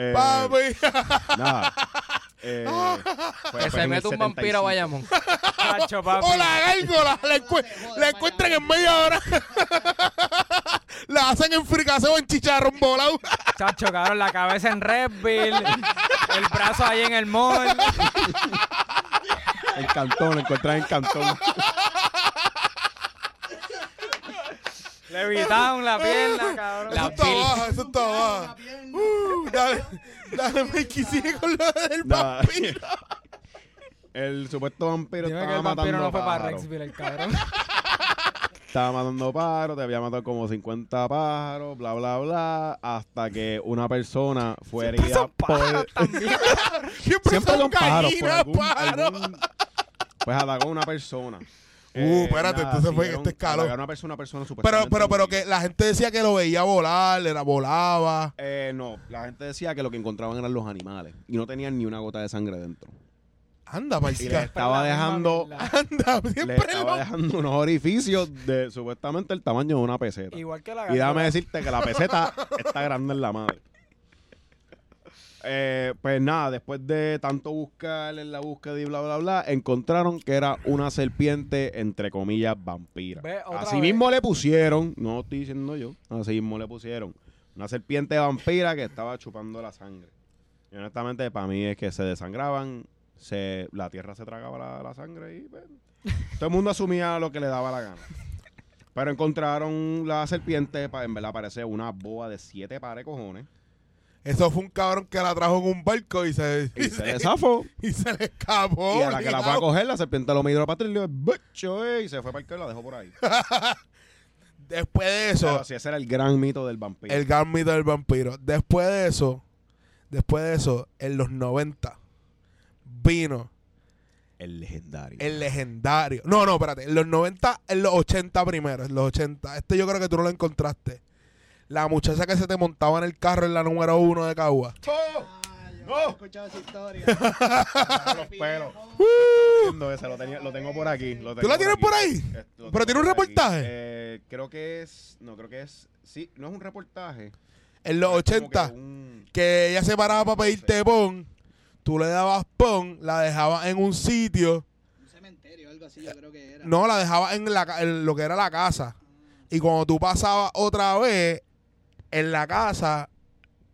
C: eh,
A: Papi.
C: Nada. Eh, fue-
G: Que
C: fue
G: se
C: en el
G: mete un vampiro a
C: 75.
G: Bayamón.
D: Cacho, papi.
A: O la gárgola. La, encue-
F: Joder,
A: la
F: vaya.
A: encuentran en media hora. la hacen en fricaseo en chicharrón volado.
D: Chacho, cabrón, la cabeza en Red Bull, el brazo ahí en el mall.
C: En Cantón, lo encuentran en Cantón.
D: Levitown, la pierna, cabrón.
A: Eso
G: La
A: está
G: pil-
A: abajo, eso está abajo. Uh, dale, dale, Mikey, sigue con lo del
C: Nada.
A: vampiro.
C: El supuesto vampiro
D: Dime que
C: estaba
D: el vampiro
C: matando
D: no fue para
C: pájaros.
D: Rexville, el cabrón.
C: Estaba matando pájaros, te había matado como 50 pájaros, bla, bla, bla, hasta que una persona fue herida por...
A: Siempre,
C: Siempre
A: son
C: son pájaros, por
A: gallinas,
C: algún-
A: pájaros.
C: algún- Pues atacó a una persona. Eh,
A: Uh, espérate, entonces fue que este escaló.
C: atacaron a una persona, persona
A: Pero,
C: supuestamente
A: pero, pero
C: murió.
A: que la gente decía que lo veía volar, era volaba.
C: Eh, no, la gente decía que lo que encontraban eran los animales y no tenían ni una gota de sangre dentro.
A: Anda,
C: Y le
A: Marcica.
C: estaba dejando...
A: Anda,
C: Le
A: siempre
C: estaba
A: lo.
C: dejando unos orificios de supuestamente el tamaño de una peseta.
D: Igual que la
C: Y déjame
D: gárgola.
C: decirte que la peseta está grande en la madre. Eh, pues nada, después de tanto buscar en la búsqueda y bla, bla, bla, encontraron que era una serpiente, entre comillas, vampira.
D: Ve, otra
C: Así
D: vez.
C: mismo le pusieron, no lo estoy diciendo yo, así mismo le pusieron una serpiente vampira que estaba chupando la sangre. Y honestamente, para mí es que se desangraban, se, la tierra se tragaba la, la sangre y pues, todo el mundo asumía lo que le daba la gana. Pero encontraron la serpiente, pa- en verdad parece una boa de siete pares cojones.
A: Eso fue un cabrón que la trajo en un barco y se,
C: Y se le zafó.
A: y se le escapó.
C: y a la que la fue a
A: obligado.
C: coger, la serpiente lo midió a Patrillo, "Bicho, eh", y se fue para el que la dejó por ahí.
A: Después de eso,
C: Pero sí, ese era el gran mito del vampiro.
A: el gambito del vampiro. Después de eso, después de eso, en los 90, vino
C: El legendario.
A: el legendario. No, no, espérate. En los 90, en los 80 primero, en los 80. Este yo creo que tú no lo encontraste. La muchacha que se te montaba en el carro en la número uno de Cagua.
F: Ah, yo
C: No.
F: he escuchado esa historia.
C: los pelos. Viendo ese, lo, tenía- lo tengo por aquí. lo
A: ¿Tú
C: tengo
A: la tienes por
C: aquí.
A: ahí?
C: Eh, lo
A: ¿Pero tiene
C: tengo
A: un
C: por aquí.
A: reportaje?
C: Eh, creo que es. No, creo que es. Sí, no es un reportaje.
A: En los
C: Es como
A: 80.
C: que un-
A: que ella se paraba para pedirte pon, tú le dabas pon, la dejabas en un sitio,
F: Un cementerio, algo así, yo creo que era.
A: no, la dejabas en, la, ca- en lo que era la casa. Y cuando tú pasabas otra vez, en la casa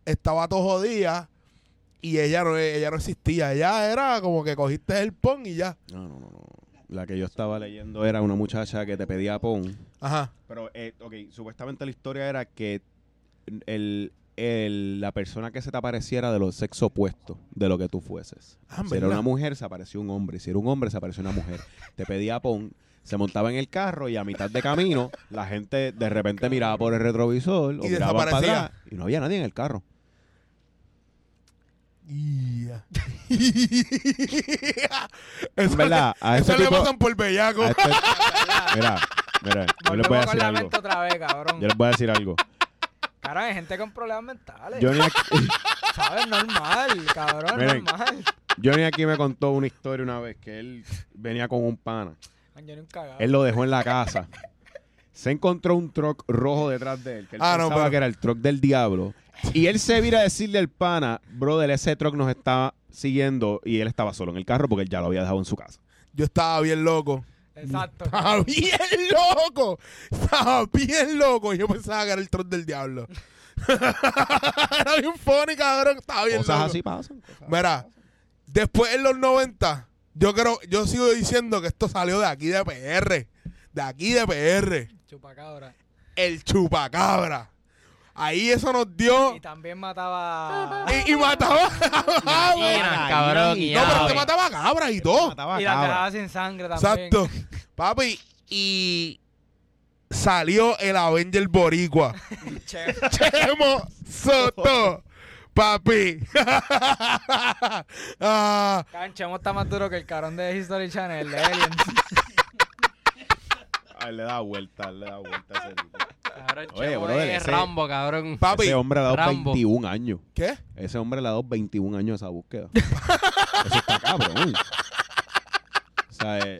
A: estaba todo jodida y ella no, ella no existía. Ella era como que cogiste el pon y ya.
C: No, no, no, no. La que yo estaba leyendo era una muchacha que te pedía pon.
A: Ajá.
C: Pero, eh, ok, supuestamente la historia era que el, el- la persona que se te apareciera de los sexo opuesto de lo que tú fueses.
A: Ah,
C: si era
A: ¿verdad?
C: una mujer, se apareció un hombre. Si era un hombre, se apareció una mujer. Te pedía pon, se montaba en el carro y a mitad de camino, la gente de repente miraba por el retrovisor o
A: Y
C: miraba para
A: desaparecía.
C: atrás y no había nadie en el carro.
A: Ya.
C: En
A: Eso,
C: verdad, a
A: eso
C: ese
A: le
C: tipo-
A: pasan por bellaco.
C: a este- mira, mira, yo les voy a
D: Volvemos con
C: decir
D: la
C: algo.
D: mente otra vez, cabrón.
C: Yo les voy a decir algo.
D: Cabrón, hay gente con problemas mentales.
C: Johnny aquí,
D: ¿Sabes? Normal, cabrón,
C: Miren.
D: normal.
C: Johnny aquí me contó una historia una vez que él venía con un pana.
D: Man, yo ni un cagado.
C: Él lo dejó en la casa. Se encontró un truck rojo detrás de él, que él
A: Ah, no,
C: pensaba
A: pero-
C: que era el truck del diablo. Y él se vira a decirle al pana, brother, ese truck nos está siguiendo y él estaba solo en el carro porque él ya lo había dejado en su casa.
A: Yo estaba bien loco.
D: Exacto.
A: Estaba bien loco. Estaba bien loco. Y yo pensaba que era el tron del diablo. era bien funny, cabrón. Estaba bien
C: Cosas
A: loco.
C: así pasan. cosas
A: Mira, después en los 90, yo creo, yo sigo diciendo que esto salió de aquí de PR. De aquí de PR.
D: Chupacabra.
A: El chupacabra. Ahí eso nos dio.
D: Y también mataba.
A: Y, y mataba.
G: Eran, cabrón.
A: no, pero
G: guiado.
A: te mataba cabras y todo.
C: Mataba
D: Y la
C: cabra.
D: dejaba sin sangre también.
A: Exacto. Papi, y salió el Avenger Boricua.
D: Che,
A: Chemo Soto. Papi. Ah,
D: Canchemo está más duro que el carón de History Channel, el de Aliens.
C: Ay, le da vuelta, le da vuelta. a Ese, tipo.
B: Cabrón,
C: Oye,
B: Chemo
C: brother,
B: es
C: ese-
B: Rambo, cabrón.
A: papi.
C: Ese hombre ha dado
B: Rambo.
C: 21 años.
A: ¿Qué?
C: Ese hombre le ha dado 21 años a esa búsqueda. Eso está cabrón. O sea, eh,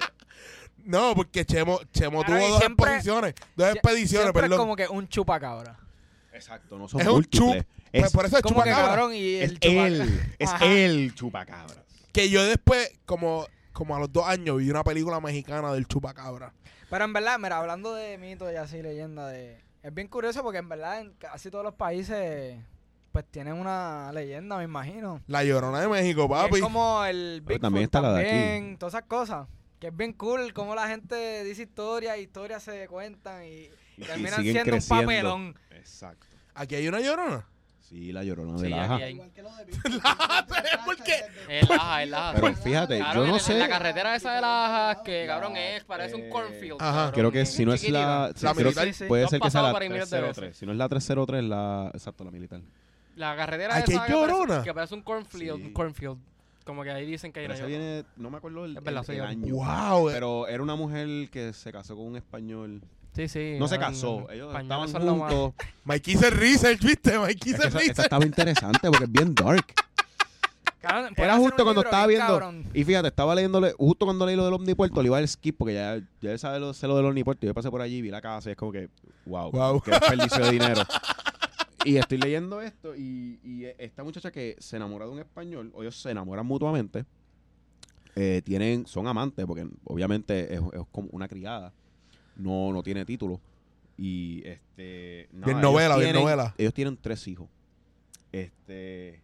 A: No, porque Chemo, Chemo
D: Claro,
A: tuvo
D: y
A: dos
D: siempre-
A: exposiciones. Dos expediciones,
D: Siempre es
A: perdón.
D: como que un chupacabra.
C: exacto, no son
A: Es un
C: múltiples.
A: chup- Pues por eso es
D: Como que
A: chupacabra.
D: cabrón y
C: es
D: el chupacabra.
C: él, es
D: Ajá.
C: él chupacabra.
A: Que yo después, como, como a los dos años, vi una película mexicana del chupacabra.
D: Pero en verdad, mira, hablando de mitos y así, leyenda de... Es bien curioso porque en verdad en casi todos los países pues tienen una leyenda, me imagino.
A: La llorona de México,
D: Y
A: papi.
D: Es como el Bigfoot
C: también está la de aquí.
D: también, todas esas cosas. Que es bien cool cómo la gente dice historias, historias se cuentan y,
C: Y
D: terminan
C: siguen
D: siendo
C: creciendo.
D: un papelón.
C: Exacto.
A: Aquí hay una llorona.
C: Sí, la llorona
B: Sí,
C: de
B: aquí
C: Laja.
B: hay-
F: Igual que lo de Bitcoin.
A: ¿por qué?
B: Es laja, es laja.
C: Pues, Pero fíjate,
B: Cabrón,
C: yo
B: en-
C: no
B: en
C: sé.
B: la carretera esa de Lajas, que
C: La-
B: cabrón es, parece un
C: eh,
B: cornfield.
A: Ajá.
B: cabrón,
C: Creo que
B: bien
C: si no es la.
B: chiquitito.
C: sí,
A: La
C: creo que
A: militar.
D: Sí, sí.
C: Puede
B: Lo
C: ser
B: has
C: que sea
B: pasado
C: la
B: para mí miles de
C: 303.
B: veces.
C: Si no es la 303, la. Exacto, la militar.
B: La carretera
A: Aquí hay
B: esa que parece-
A: llorona.
B: que parece un cornfield,
C: Sí.
B: un cornfield. Como que ahí dicen que hay
C: Pero
B: una
C: esa
B: llorona.
C: viene. No me acuerdo el,
B: Es verdad,
C: el-
B: sí,
C: el
B: yo-
C: año.
A: Wow. eh.
C: Pero era una mujer que se casó con un español.
B: Sí, sí.
C: No se
B: cabrón,
C: casó. Ellos
B: pañuelos
C: estaban
B: son lo más-
C: juntos.
A: eh. Mike hizo el research, ¿viste? Mike hizo el
C: Es que esa, esa
A: research.
C: estaba interesante porque es bien dark.
D: Cabrón, pueden
C: Era
D: hacer
C: justo
D: un
C: cuando
D: libro
C: estaba
D: bien
C: viendo.
D: cabrón.
C: Y fíjate, estaba leyéndole. Justo cuando leí lo del omnipuerto, le iba al skip porque ya, ya él sabe lo, sé lo del omnipuerto. Yo pasé por allí, vi la casa y es como que. Wow.
A: Wow.
C: Qué desperdicio de dinero. Y estoy leyendo esto y, y esta muchacha que se enamora de un español, o ellos se enamoran mutuamente, eh, tienen, son amantes, porque obviamente es, es como una criada, no, no tiene título. Y este. nada,
A: Bien
C: ellos
A: novela, bien
C: tienen-
A: novela.
C: Ellos tienen tres hijos. Este.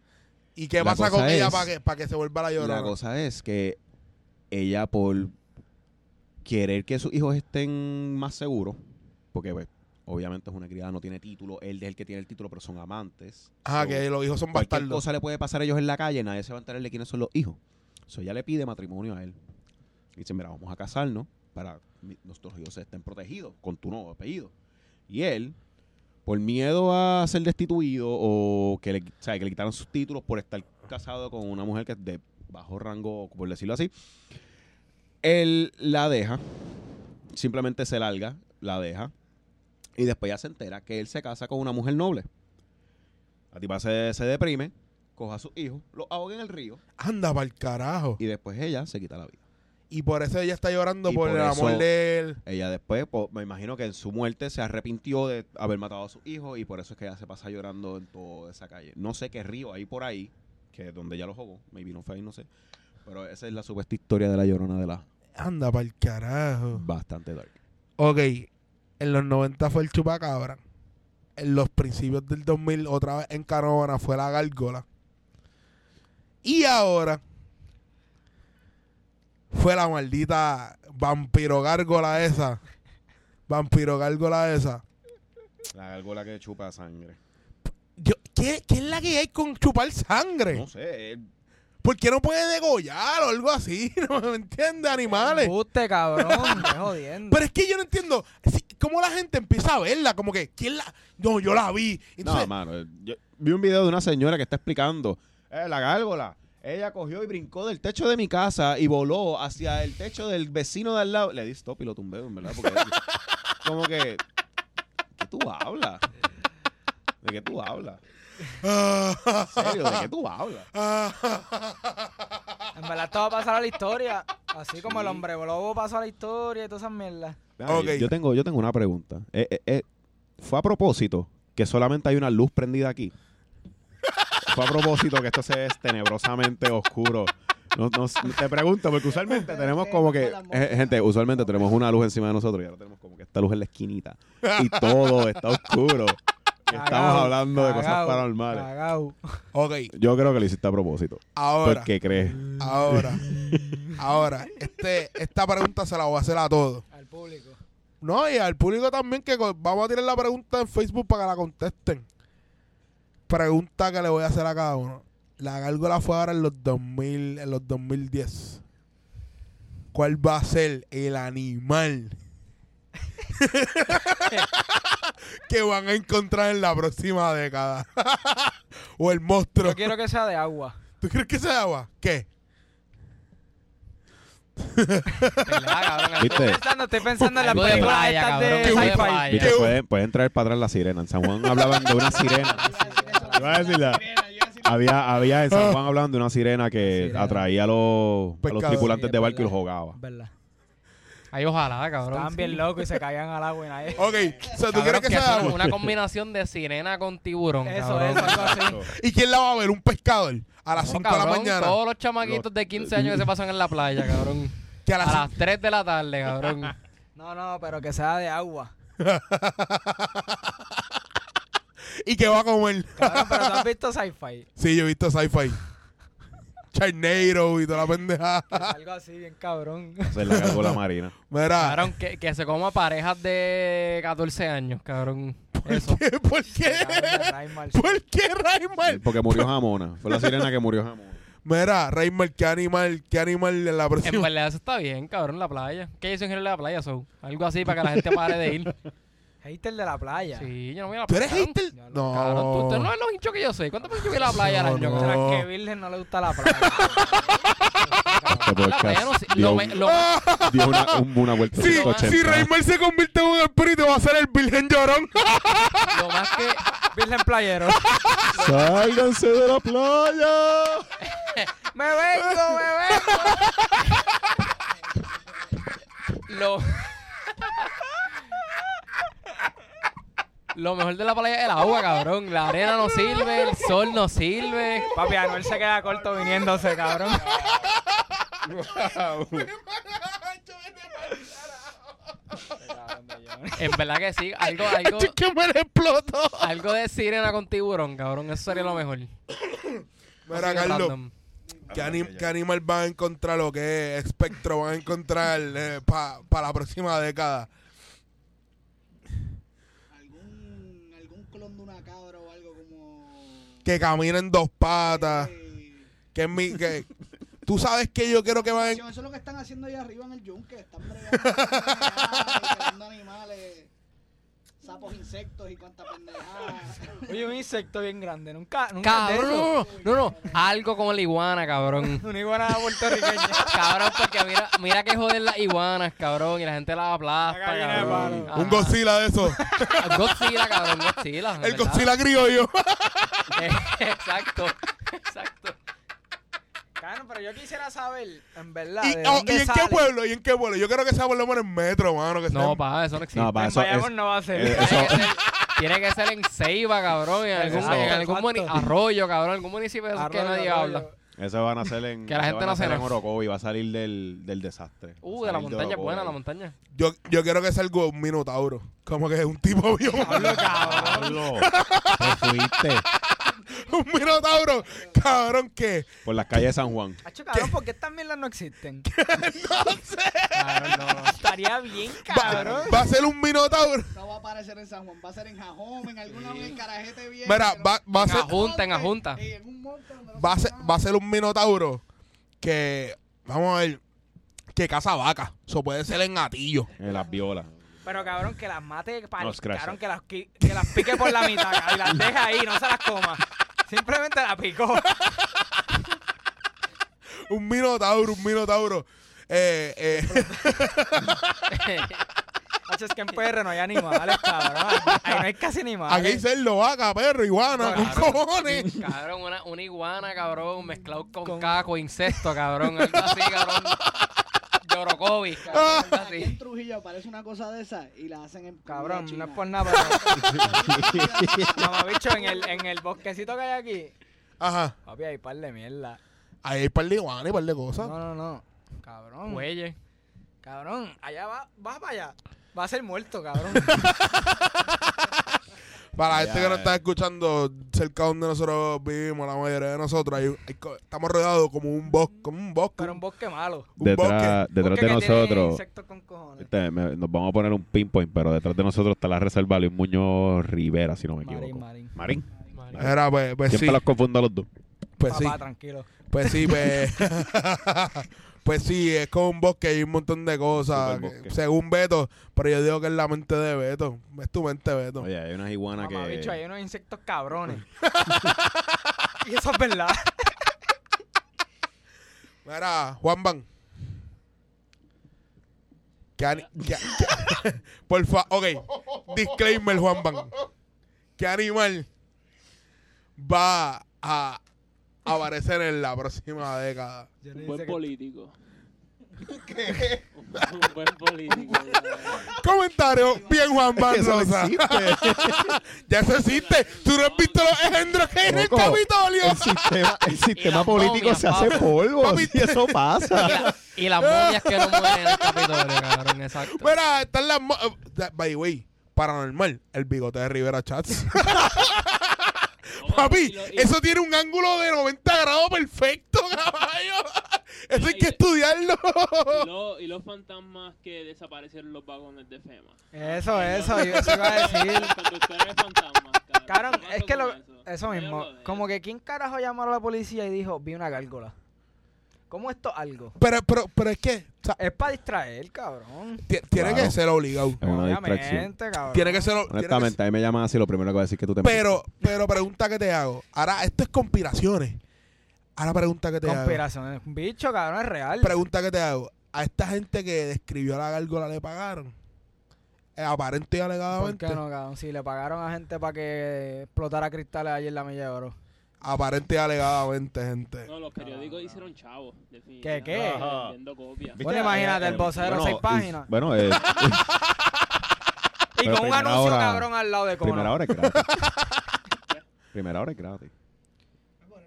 A: ¿Y qué
C: La
A: pasa
C: cosa
A: con ella
C: es-
A: para que, pa' que se vuelva la llorona?
C: La cosa es que ella por querer que sus hijos estén más seguros, porque pues, obviamente es una criada, no tiene título, él es el que tiene el título, pero son amantes.
A: Ajá,
C: So,
A: que los hijos son
C: cualquier
A: bastardos.
C: cosa le puede pasar a ellos en la calle, nadie se va a enterar de quiénes son los hijos. So, ella le pide matrimonio a él. Y dice, mira, vamos a casarnos para que nuestros hijos estén protegidos con tu nuevo apellido. Y él, por miedo a ser destituido o que le, o sea, que le quitaran sus títulos por estar casado con una mujer que es de bajo rango, por decirlo así, él la deja, simplemente se larga, la deja, y después ya se entera que él se casa con una mujer noble. La tipa se, se deprime, coja a sus hijos, los ahoga en el río,
A: Anda para el carajo.
C: y después ella se quita la vida.
A: Y por eso ella está llorando
C: Y
A: por,
C: por
A: el amor
C: eso-
A: de él.
C: Ella después, po- me imagino que en su muerte se arrepintió de haber matado a sus hijos y por eso es que ella se pasa llorando en toda esa calle. No sé qué río hay por ahí, que es donde ella lo jugó, maybe no fue ahí, no sé. Pero esa es la supuesta historia de la llorona de la
A: Anda para el carajo.
C: bastante dark.
A: Ok, en los 90 fue el chupacabra. En los principios del 2000, otra vez en Canóvana, fue la gárgola. Y ahora fue la maldita vampiro gárgola esa. Vampiro gárgola esa.
C: La gárgola que chupa sangre.
A: Yo, ¿qué- ¿Qué, qué es la que hay con chupar sangre?
C: No sé. él-
A: ¿Por qué no puede degollar o algo así? No me entiende, animales.
D: Embuste, cabrón. Qué
C: Pues
D: jodiendo.
A: Pero es que yo no entiendo si- cómo la gente empieza a verla. Como que, ¿quién la.? No, yo la vi.
C: No,
A: Entonces,
C: mano. eh, yo vi un video de una señora que está explicando. "Eh, la gárgola. Ella cogió y brincó del techo de mi casa y voló hacia el techo del vecino de al lado. Le di stop y lo tumbé, en verdad. Porque, como que. ¿Qué tú hablas? ¿De qué tú hablas?
A: ah,
C: ¿En serio? ¿De qué tú hablas?
A: ah.
D: En verdad, esto va a pasar a la historia. Así como el
C: Sí.
D: hombre lobo pasó a la historia y todas esas mierdas.
C: Mira,
A: Ok.
C: yo- Yo, tengo, yo tengo una pregunta. Eh, eh, eh, ¿Fue a propósito que solamente hay una luz prendida aquí? ¿Fue a propósito que esto se ve tenebrosamente oscuro? No, no s- te pregunto, porque usualmente tenemos como que... eh, gente, usualmente tenemos una luz encima de nosotros y ahora tenemos como que esta luz en la esquinita. Y todo está oscuro. Y
D: Cagao,
C: estamos hablando de cosas
D: cagao,
C: paranormales.
D: cagao.
A: ok,
C: Yo creo que lo hiciste a propósito.
A: ahora.
C: ¿Por qué crees?
A: Ahora. Ahora. Este, esta pregunta se la voy a hacer a todos.
D: Al público.
A: No, y al público también que co- vamos a tirar la pregunta en Facebook para que la contesten. Pregunta que le voy a hacer a cada uno. La gárgola fue ahora en los 2000, en los 2010. ¿Cuál va a ser el animal que van a encontrar en la próxima década? o el monstruo.
D: Yo quiero que sea de agua.
A: ¿Tú crees que sea agua? ¿Qué?
B: ¿Verdad, cabrón?
C: ¿Viste?
D: Pensando, estoy pensando en las
B: Algo de
D: películas
B: playa,
D: estas de
B: cabrón, algo de
D: sci-fi.
B: playa.
C: ¿Viste?
A: ¿Qué?
C: Pueden, pueden traer para atrás la sirena. En San Juan hablaban de una sirena. Yo iba a decirla. Había, había en San Juan hablaban de una sirena que
D: Sirena.
C: atraía a los, a los
A: Pescado.
C: tripulantes
D: Sí,
C: de
D: es
C: barco y los
D: verdad.
C: jugaba.
D: ¿Verdad?
B: Ahí ojalá, cabrón.
D: Estaban bien locos y se caían al agua y nadie.
A: Ok, o sea, ¿tú
B: Cabrón,
A: quieres que sea
B: eso es
A: agua?
B: Una combinación de sirena con tiburón.
D: Eso,
B: cabrón.
D: eso, algo así.
A: ¿Y quién la va a ver? ¿Un pescador? A las
B: No,
A: 5 de la
B: cabrón,
A: mañana.
B: Todos los chamaquitos de 15 años que se pasan en la playa, cabrón.
A: Que a
B: A
A: las
B: las 3 de la tarde, cabrón.
D: No, no, pero que sea de agua.
A: ¿Y qué va a comer?
D: Cabrón, pero tú has visto sci-fi.
A: Sí, yo he visto sci-fi. Charnero y toda la pendeja.
D: Que es Algo así, bien cabrón.
C: Se la cargó la marina.
A: Mira.
B: Cabrón, que, que se coma parejas de 14 años, cabrón. Eso.
A: ¿Por qué? ¿Por
D: Cabrón,
A: qué?
D: de Raimar.
A: ¿Por qué, Raymar?
C: Porque murió Jamona. Fue la sirena que murió Jamona.
B: Pues,
A: Mira, Raymar, ¿qué animal, qué animal en la
B: En
A: próxima?
B: verdad, eso está bien, cabrón, la playa. ¿Qué hizo en general la playa, so? Algo así para que la gente pare de ir.
D: Hater de la playa.
B: Sí, yo no voy a la
A: ¿Tú
B: playa.
A: eres
B: cabrón.
A: hater?
D: Ya lo-
B: Cabrón, tú, tú no
A: No.
B: ves los hinchos que yo soy. ¿Cuántos hinchos que voy a la playa al
A: No,
B: año,
A: no.
B: cabrón?
D: Tras que Virgen no le gusta la playa.
C: Este
B: La playa
C: podcast
B: no se-
C: dio,
B: lo, me- lo-
C: dio una, un- una vuelta de
A: Sí,
C: 180.
A: si Raymar se convierte en un espíritu, va a ser el virgen llorón.
B: lo más que.
D: Virgen playero.
C: ¡Sálganse de la playa!
D: ¡Me vengo, me vengo!
B: Lo, lo mejor de la playa es el agua, cabrón. La arena no sirve, el sol no sirve.
D: Papi, Anuel se queda corto viniéndose, cabrón.
B: En verdad que sí, algo,
A: Esto
B: algo,
A: es que me le explotó.
B: algo de sirena con tiburón, cabrón. Eso sería lo mejor.
A: Mira,
B: Así de
A: Carlos.
B: random.
A: ¿Qué, anim- qué animal van a encontrar o qué espectro van a encontrar para la próxima década?
F: Algún, algún clon de una cabra o algo como...
A: Que caminen dos patas.
F: Eh,
A: Que es mi. Que, Tú sabes que yo quiero que van.
F: Eso es lo que están haciendo ahí arriba en el yunque. Están bregando con animales, creando animales, sapos, insectos y cuanta pendejada.
D: Oye, un insecto bien grande. Nunca, nunca. de
B: Cabrón,
D: eso.
B: no, no, no, no, algo como la iguana, cabrón.
D: Una iguana puertorriqueña.
B: Cabrón, porque mira, mira que joden las iguanas, cabrón, y la gente las aplasta,
D: La gallina de
B: cabrón.
D: palo.
B: Ajá.
A: Un Godzilla de esos.
D: Ah,
B: Un Godzilla, cabrón, un Godzilla.
A: El
B: ¿verdad?
A: Godzilla criollo.
B: exacto, exacto.
D: Claro, pero yo quisiera saber, en verdad,
A: ¿Y,
D: de
A: oh,
D: dónde
A: ¿y en
D: sale.
A: qué pueblo? ¿Y en qué pueblo? Yo quiero que sea por lo menos en metro, mano. Que sea
B: No,
A: en-
B: pa, eso no existe.
C: No, pa,
D: En
C: eso es...
D: Bayamón no va a ser.
C: eh,
B: Tiene
C: eso-
B: que ser- Tiene que ser en Ceiba, cabrón, en algún,
C: Exacto.
B: en algún muni-
D: Exacto.
B: arroyo, cabrón, algún municipio de esos que
D: Arroyo,
B: nadie
D: arroyo.
B: habla.
C: Eso van a hacer en...
B: Que la
C: eso
B: gente
C: van a
B: no
C: hacer
B: se
C: en
B: nos-
C: Orocovi. Va a salir del, del desastre.
B: Uh,
C: Va
B: de
C: a
B: la
C: salir
B: montaña es
C: Orocovi.
B: buena, la montaña.
A: Yo, yo quiero que salga un minotauro. Como que es un tipo bien.
C: Pablo, te fuiste.
A: Un minotauro. Cabrón, ¿qué?
C: Por las calles de San Juan.
D: Hacho, cabrón, ¿por qué estas mierdas no existen?
G: Cabrón, no.
H: Estaría bien,
A: Va,
H: cabrón.
A: va a ser un minotauro.
F: No va a aparecer en San Juan, va a ser en Jajón, en alguna vez carajete bien.
A: Mira,
F: pero-
A: va, va a ser,
B: Ajunta, en ajunta.
F: Ey, en un monte donde no
A: va a
F: se
A: ser,
F: nada.
A: va a ser un minotauro que, vamos a ver, que caza vacas. Eso puede ser en gatillo.
C: En las violas.
H: Pero cabrón, que las mate, pal-
C: No, scratch.
H: cabrón, que las, qui- que las pique por la mitad cabrón, y las deja ahí, no se las coma. Simplemente la picó.
A: Un minotauro, un minotauro. Eh, eh,
D: Hacho, es que en PR no hay animales, cabrón. Ahí no hay casi animales.
A: aquí hay cerdo, vaca, perro, iguana, con
B: Claro.
A: cojones.
B: Cabrón, una, una iguana, cabrón, mezclado con,
D: Con-
B: caco, insecto, cabrón. Algo así, cabrón. Yorokovic, cabrón. algo
F: Aquí en
B: así.
F: Trujillo aparece una cosa de esa y la hacen en
D: Cabrón,
F: comida
D: no es
F: china.
D: por nada, pero... Mamá, bicho, en el, en el bosquecito que hay aquí...
A: Ajá.
D: Papi, hay par de mierda.
A: Ahí hay par de iguanas y par de
D: No,
A: cosas.
D: no, no. Cabrón.
B: Güeyes.
D: Cabrón, allá va, va para allá. Va a ser muerto, cabrón.
A: Para la gente
C: Ya,
A: que no
C: eh.
A: está escuchando, cerca donde nosotros vivimos, la mayoría de nosotros, hay- hay co- estamos rodeados como un bosque, como un bosque,
D: Pero un
A: un,
D: bosque malo.
A: un bosque.
C: Detrás, detrás
D: Bosque
C: de
D: que tiene
C: nosotros.
D: insectos con cojones.
C: este, me- nos vamos a poner un pinpoint, pero detrás de nosotros está la reserva Luis Muñoz Rivera, si no me
D: Marín,
C: equivoco.
D: Marín.
C: Marín.
A: Era, pues, pues sí,
C: Siempre los confundo a los dos.
A: pues sí,
D: Papá, tranquilo.
A: pues sí, pues, pues sí, es como un bosque y un montón de cosas,
C: Superbosque.
A: según Beto, pero yo digo que es la mente de Beto, es tu mente Beto.
C: Oye, hay unas iguanas
D: Mamá,
C: que.
D: bicho, hay unos insectos cabrones. y eso es verdad.
A: Mira, Juan Van. ¿Qué ani- qué- qué- por fa, ok, disclaimer, Juan Van. ¿Qué animal va a aparecer en la próxima década?
D: Yo
E: Un
D: le
E: buen
D: hice que-
E: político. Un, un buen político. cabrón.
A: Comentario, bien Juan Van
C: Eso no
A: Rosa.
C: existe.
A: ya eso existe. Tú no has visto los engendros que hay en el
C: Loco,
A: Capitolio.
C: El sistema, el sistema
B: las
C: político
B: momias,
C: se hace
B: papi.
C: polvo.
A: Papi,
C: y eso pasa.
B: Y las momias que no mueren en el Capitolio, cabrón. Exacto.
A: Mira, están las. mo- eh, By the way, paranormal, el bigote de Rivera Chats.
E: Oh, y
A: Papi,
E: lo- y-
A: eso tiene un ángulo de 90 grados perfecto, caballo. Eso hay que estudiarlo.
E: y lo- y los fantasmas que desaparecieron en los vagones de FEMA.
D: Eso, eso, yo eso iba a decir.
E: Conductores de fantasmas, cabrón.
D: Cabrón,
E: ¿Qué pasó
D: es que
E: con
D: lo, eso mismo.
E: Hablo de
D: Como que quién carajo llamó a la policía y dijo, vi una gárgola. ¿Cómo esto algo?
A: Pero, pero, pero es que, o sea,
D: Es para distraer, cabrón.
A: ti- tiene
C: Claro.
A: que ser obligado.
C: Es una distracción.
D: Obviamente, cabrón.
A: Tiene que ser ob- tiene que ser-
C: Honestamente, a mí me llaman así, lo primero que voy a decir es que tú te
A: Pero, pero pregunta que te hago. Ahora, esto es conspiraciones. Ahora pregunta que te hago.
D: Conspiración. es Un bicho, cabrón, es real.
A: Pregunta que te hago. A esta gente que describió la gárgola le pagaron. Eh, aparente y
D: ¿Por
A: alegadamente.
D: qué no, cabrón? Si le pagaron a gente para que explotara cristales allí en la milla de oro.
A: Aparente y alegadamente, gente.
E: metro. No, los periódicos hicieron chavos.
D: ¿Qué,
E: definitivamente,
D: qué?
C: Ajá.
E: Vendiendo copias.
C: metiste.
D: Bueno, imagínate, el vocero, seis páginas.
C: y- Eh, Bueno, eh, Pero
D: Y con un
C: primera
D: anuncio,
C: hora-
D: cabrón, al lado de cono.
C: primera hora es gratis. primera hora es gratis.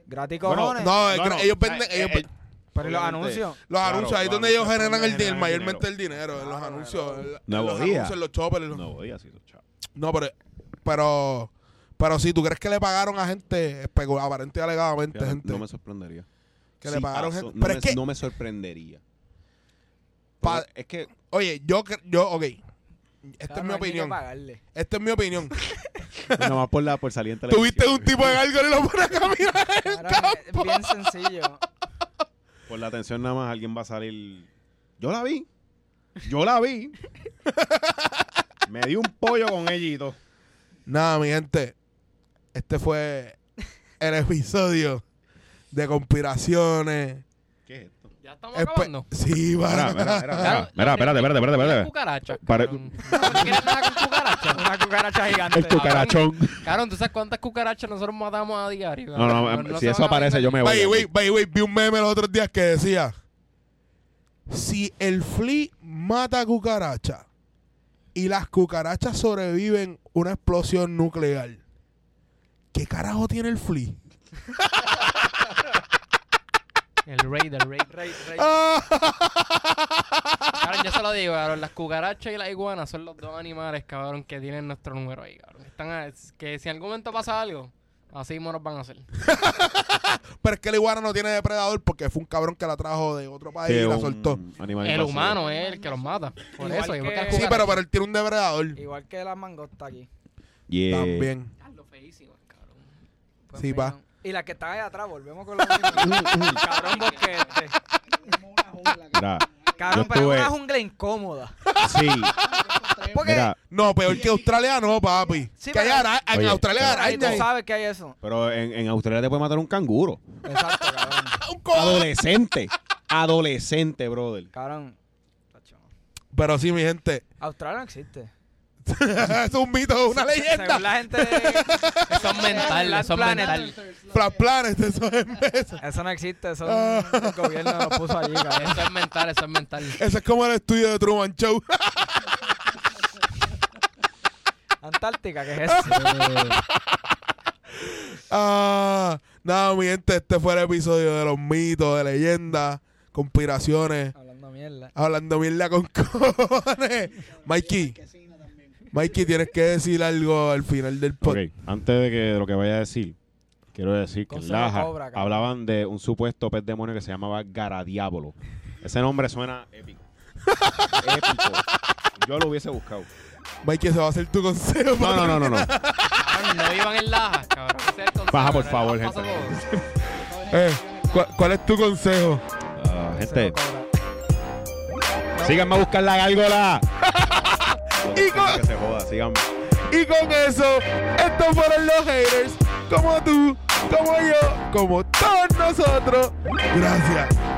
D: Gratis
C: Bueno,
D: cojones.
A: No, es
C: No,
A: que
C: no,
A: ellos
C: eh,
A: venden.
C: eh,
A: ellos
C: eh,
A: ven-
D: pero ¿y los
C: obviamente.
D: anuncios.
A: los
C: claro,
A: anuncios, ahí es
C: los
A: donde ellos
C: anuncios
A: generan el,
C: generan el
A: mayormente el dinero. en los anuncios. en la- en
C: Nuevo
A: los
C: Día.
A: anuncios, en los choppers. en los-
C: No voy a decir, chao.
A: No, pero, pero, pero si tú crees que le pagaron a gente, especu- aparente y alegadamente,
C: Fíjate,
A: gente,
C: No me sorprendería.
A: que
C: Sí
A: le pagaron
C: pasó,
A: gente.
C: No,
A: pero
C: me,
A: es que,
C: no me sorprendería.
A: Pa-
C: Pero es que
A: oye, yo, cre- yo, ok, esta
D: Cabrón,
A: es mi
D: hay que
A: opinión,
D: pagarle.
A: esta es mi opinión.
C: nada más por la por salir en televisión.
A: Tuviste un tipo de gárgola y lo pones a caminar.
D: Cabrón, es bien sencillo.
C: Por la atención nada más alguien va a salir. Yo la vi. Yo la vi. Me di un pollo con ellito.
A: Nada, mi gente, este fue el episodio de conspiraciones.
C: ¿Qué es esto?
B: Ya estamos
A: Espe-
B: acabando.
A: Sí,
C: Mira,
A: para.
C: mira, mira,
B: Claro,
C: mira, espérate, espérate, eh, pues, espérate,
B: Mira
C: espérate.
B: cucarachas,
C: Pare-
B: cabrón. ¿No quieres nada con cucarachas?
D: Una cucaracha gigante.
C: El cucarachón.
B: Cabrón, ¿tú sabes cuántas cucarachas nosotros matamos a diario?
C: No, no,
B: cabrón?
C: si
B: se
C: eso
B: van a
C: aparece
B: vengar.
C: yo me voy.
A: By the way, by the way, vi un meme los otros días que decía: Si el flea mata cucaracha y las cucarachas sobreviven una explosión nuclear, ¿qué carajo tiene el flea?
B: El rey del rey. Cabrón, yo se lo digo, cabrón. Las cucarachas y las iguanas son los dos animales, cabrón, que tienen nuestro número ahí, cabrón. Están a- que si en algún momento pasa algo,
G: Así mismo nos van a hacer.
A: Pero es que la iguana no tiene depredador porque fue un cabrón que la trajo de otro país y la
C: un
A: soltó.
C: animal
G: El
C: invasivo.
G: humano es el que los mata. Por
D: Igual
G: eso. igual
D: que-
G: que las
A: Sí, pero, pero él tiene un depredador
D: Igual que las mangostas aquí.
C: Yeah.
A: también.
B: Carlos, feísimo, cabrón.
D: Pues,
A: Sí,
D: mira,
A: va.
D: Y las que están allá atrás, volvemos con lo mismo.
H: Cabrón boquete.
F: Como una jungla. que-
C: Mira,
D: Cabrón,
C: Yo
D: pero
C: estuve-
D: es una jungla incómoda.
C: sí.
D: Porque
C: Mira,
A: No, peor que Australia no, papi.
D: Sí,
A: que hay
D: pero-
A: ara- en
C: Oye,
A: Australia hay
D: ahí tú
A: arañas.
D: sabes que hay eso.
C: pero en, en Australia te puede matar un canguro.
D: Exacto, cabrón.
A: Un codo.
C: Adolescente. Adolescente, brother.
D: Cabrón. tacho.
A: Pero sí, mi gente.
D: Australia no existe.
A: es un mito, es una leyenda.
D: Según la gente de...
G: Son mentales, son
D: Planet.
G: mentales.
A: Plan, planes, eso es, eso
D: Eso no existe, eso el gobierno lo puso allí, cabrón.
G: Eso es mental, eso es mental.
A: es como el estudio de Truman Show.
D: Antártica, ¿qué es eso?
A: Ah, nada, mi gente, este fue el episodio de los mitos, de leyendas, conspiraciones,
D: Hablando mierda.
A: hablando mierda con cojones. Mikey,
F: Marquesina también.
A: Mikey, tienes que decir algo al final del
C: Ok,
A: podcast.
C: antes de que de lo que vaya a decir, quiero decir que en
D: Consejo
C: Laja
D: Cobra, cabrón.
C: hablaban de un supuesto pez demonio que se llamaba Garadiábolo. Ese nombre suena épico. épico. Yo lo hubiese buscado. Ah,
A: Mikey, se va a hacer tu consejo.
C: No, no, no, no, no.
G: Cabrón, no iban en lajas, cabrón. Ese es el consejo,
C: Baja, por
G: cabrón.
C: favor,
G: Paso
C: gente.
G: todo.
A: Eh, ¿cuál, cuál es tu consejo?
C: Ah, gente,
D: Cobra.
C: síganme a buscar la gárgola.
A: Y con-
C: que se joda, síganme.
A: Y con eso, estos fueron los haters, como tú, como yo, como todos nosotros. Gracias.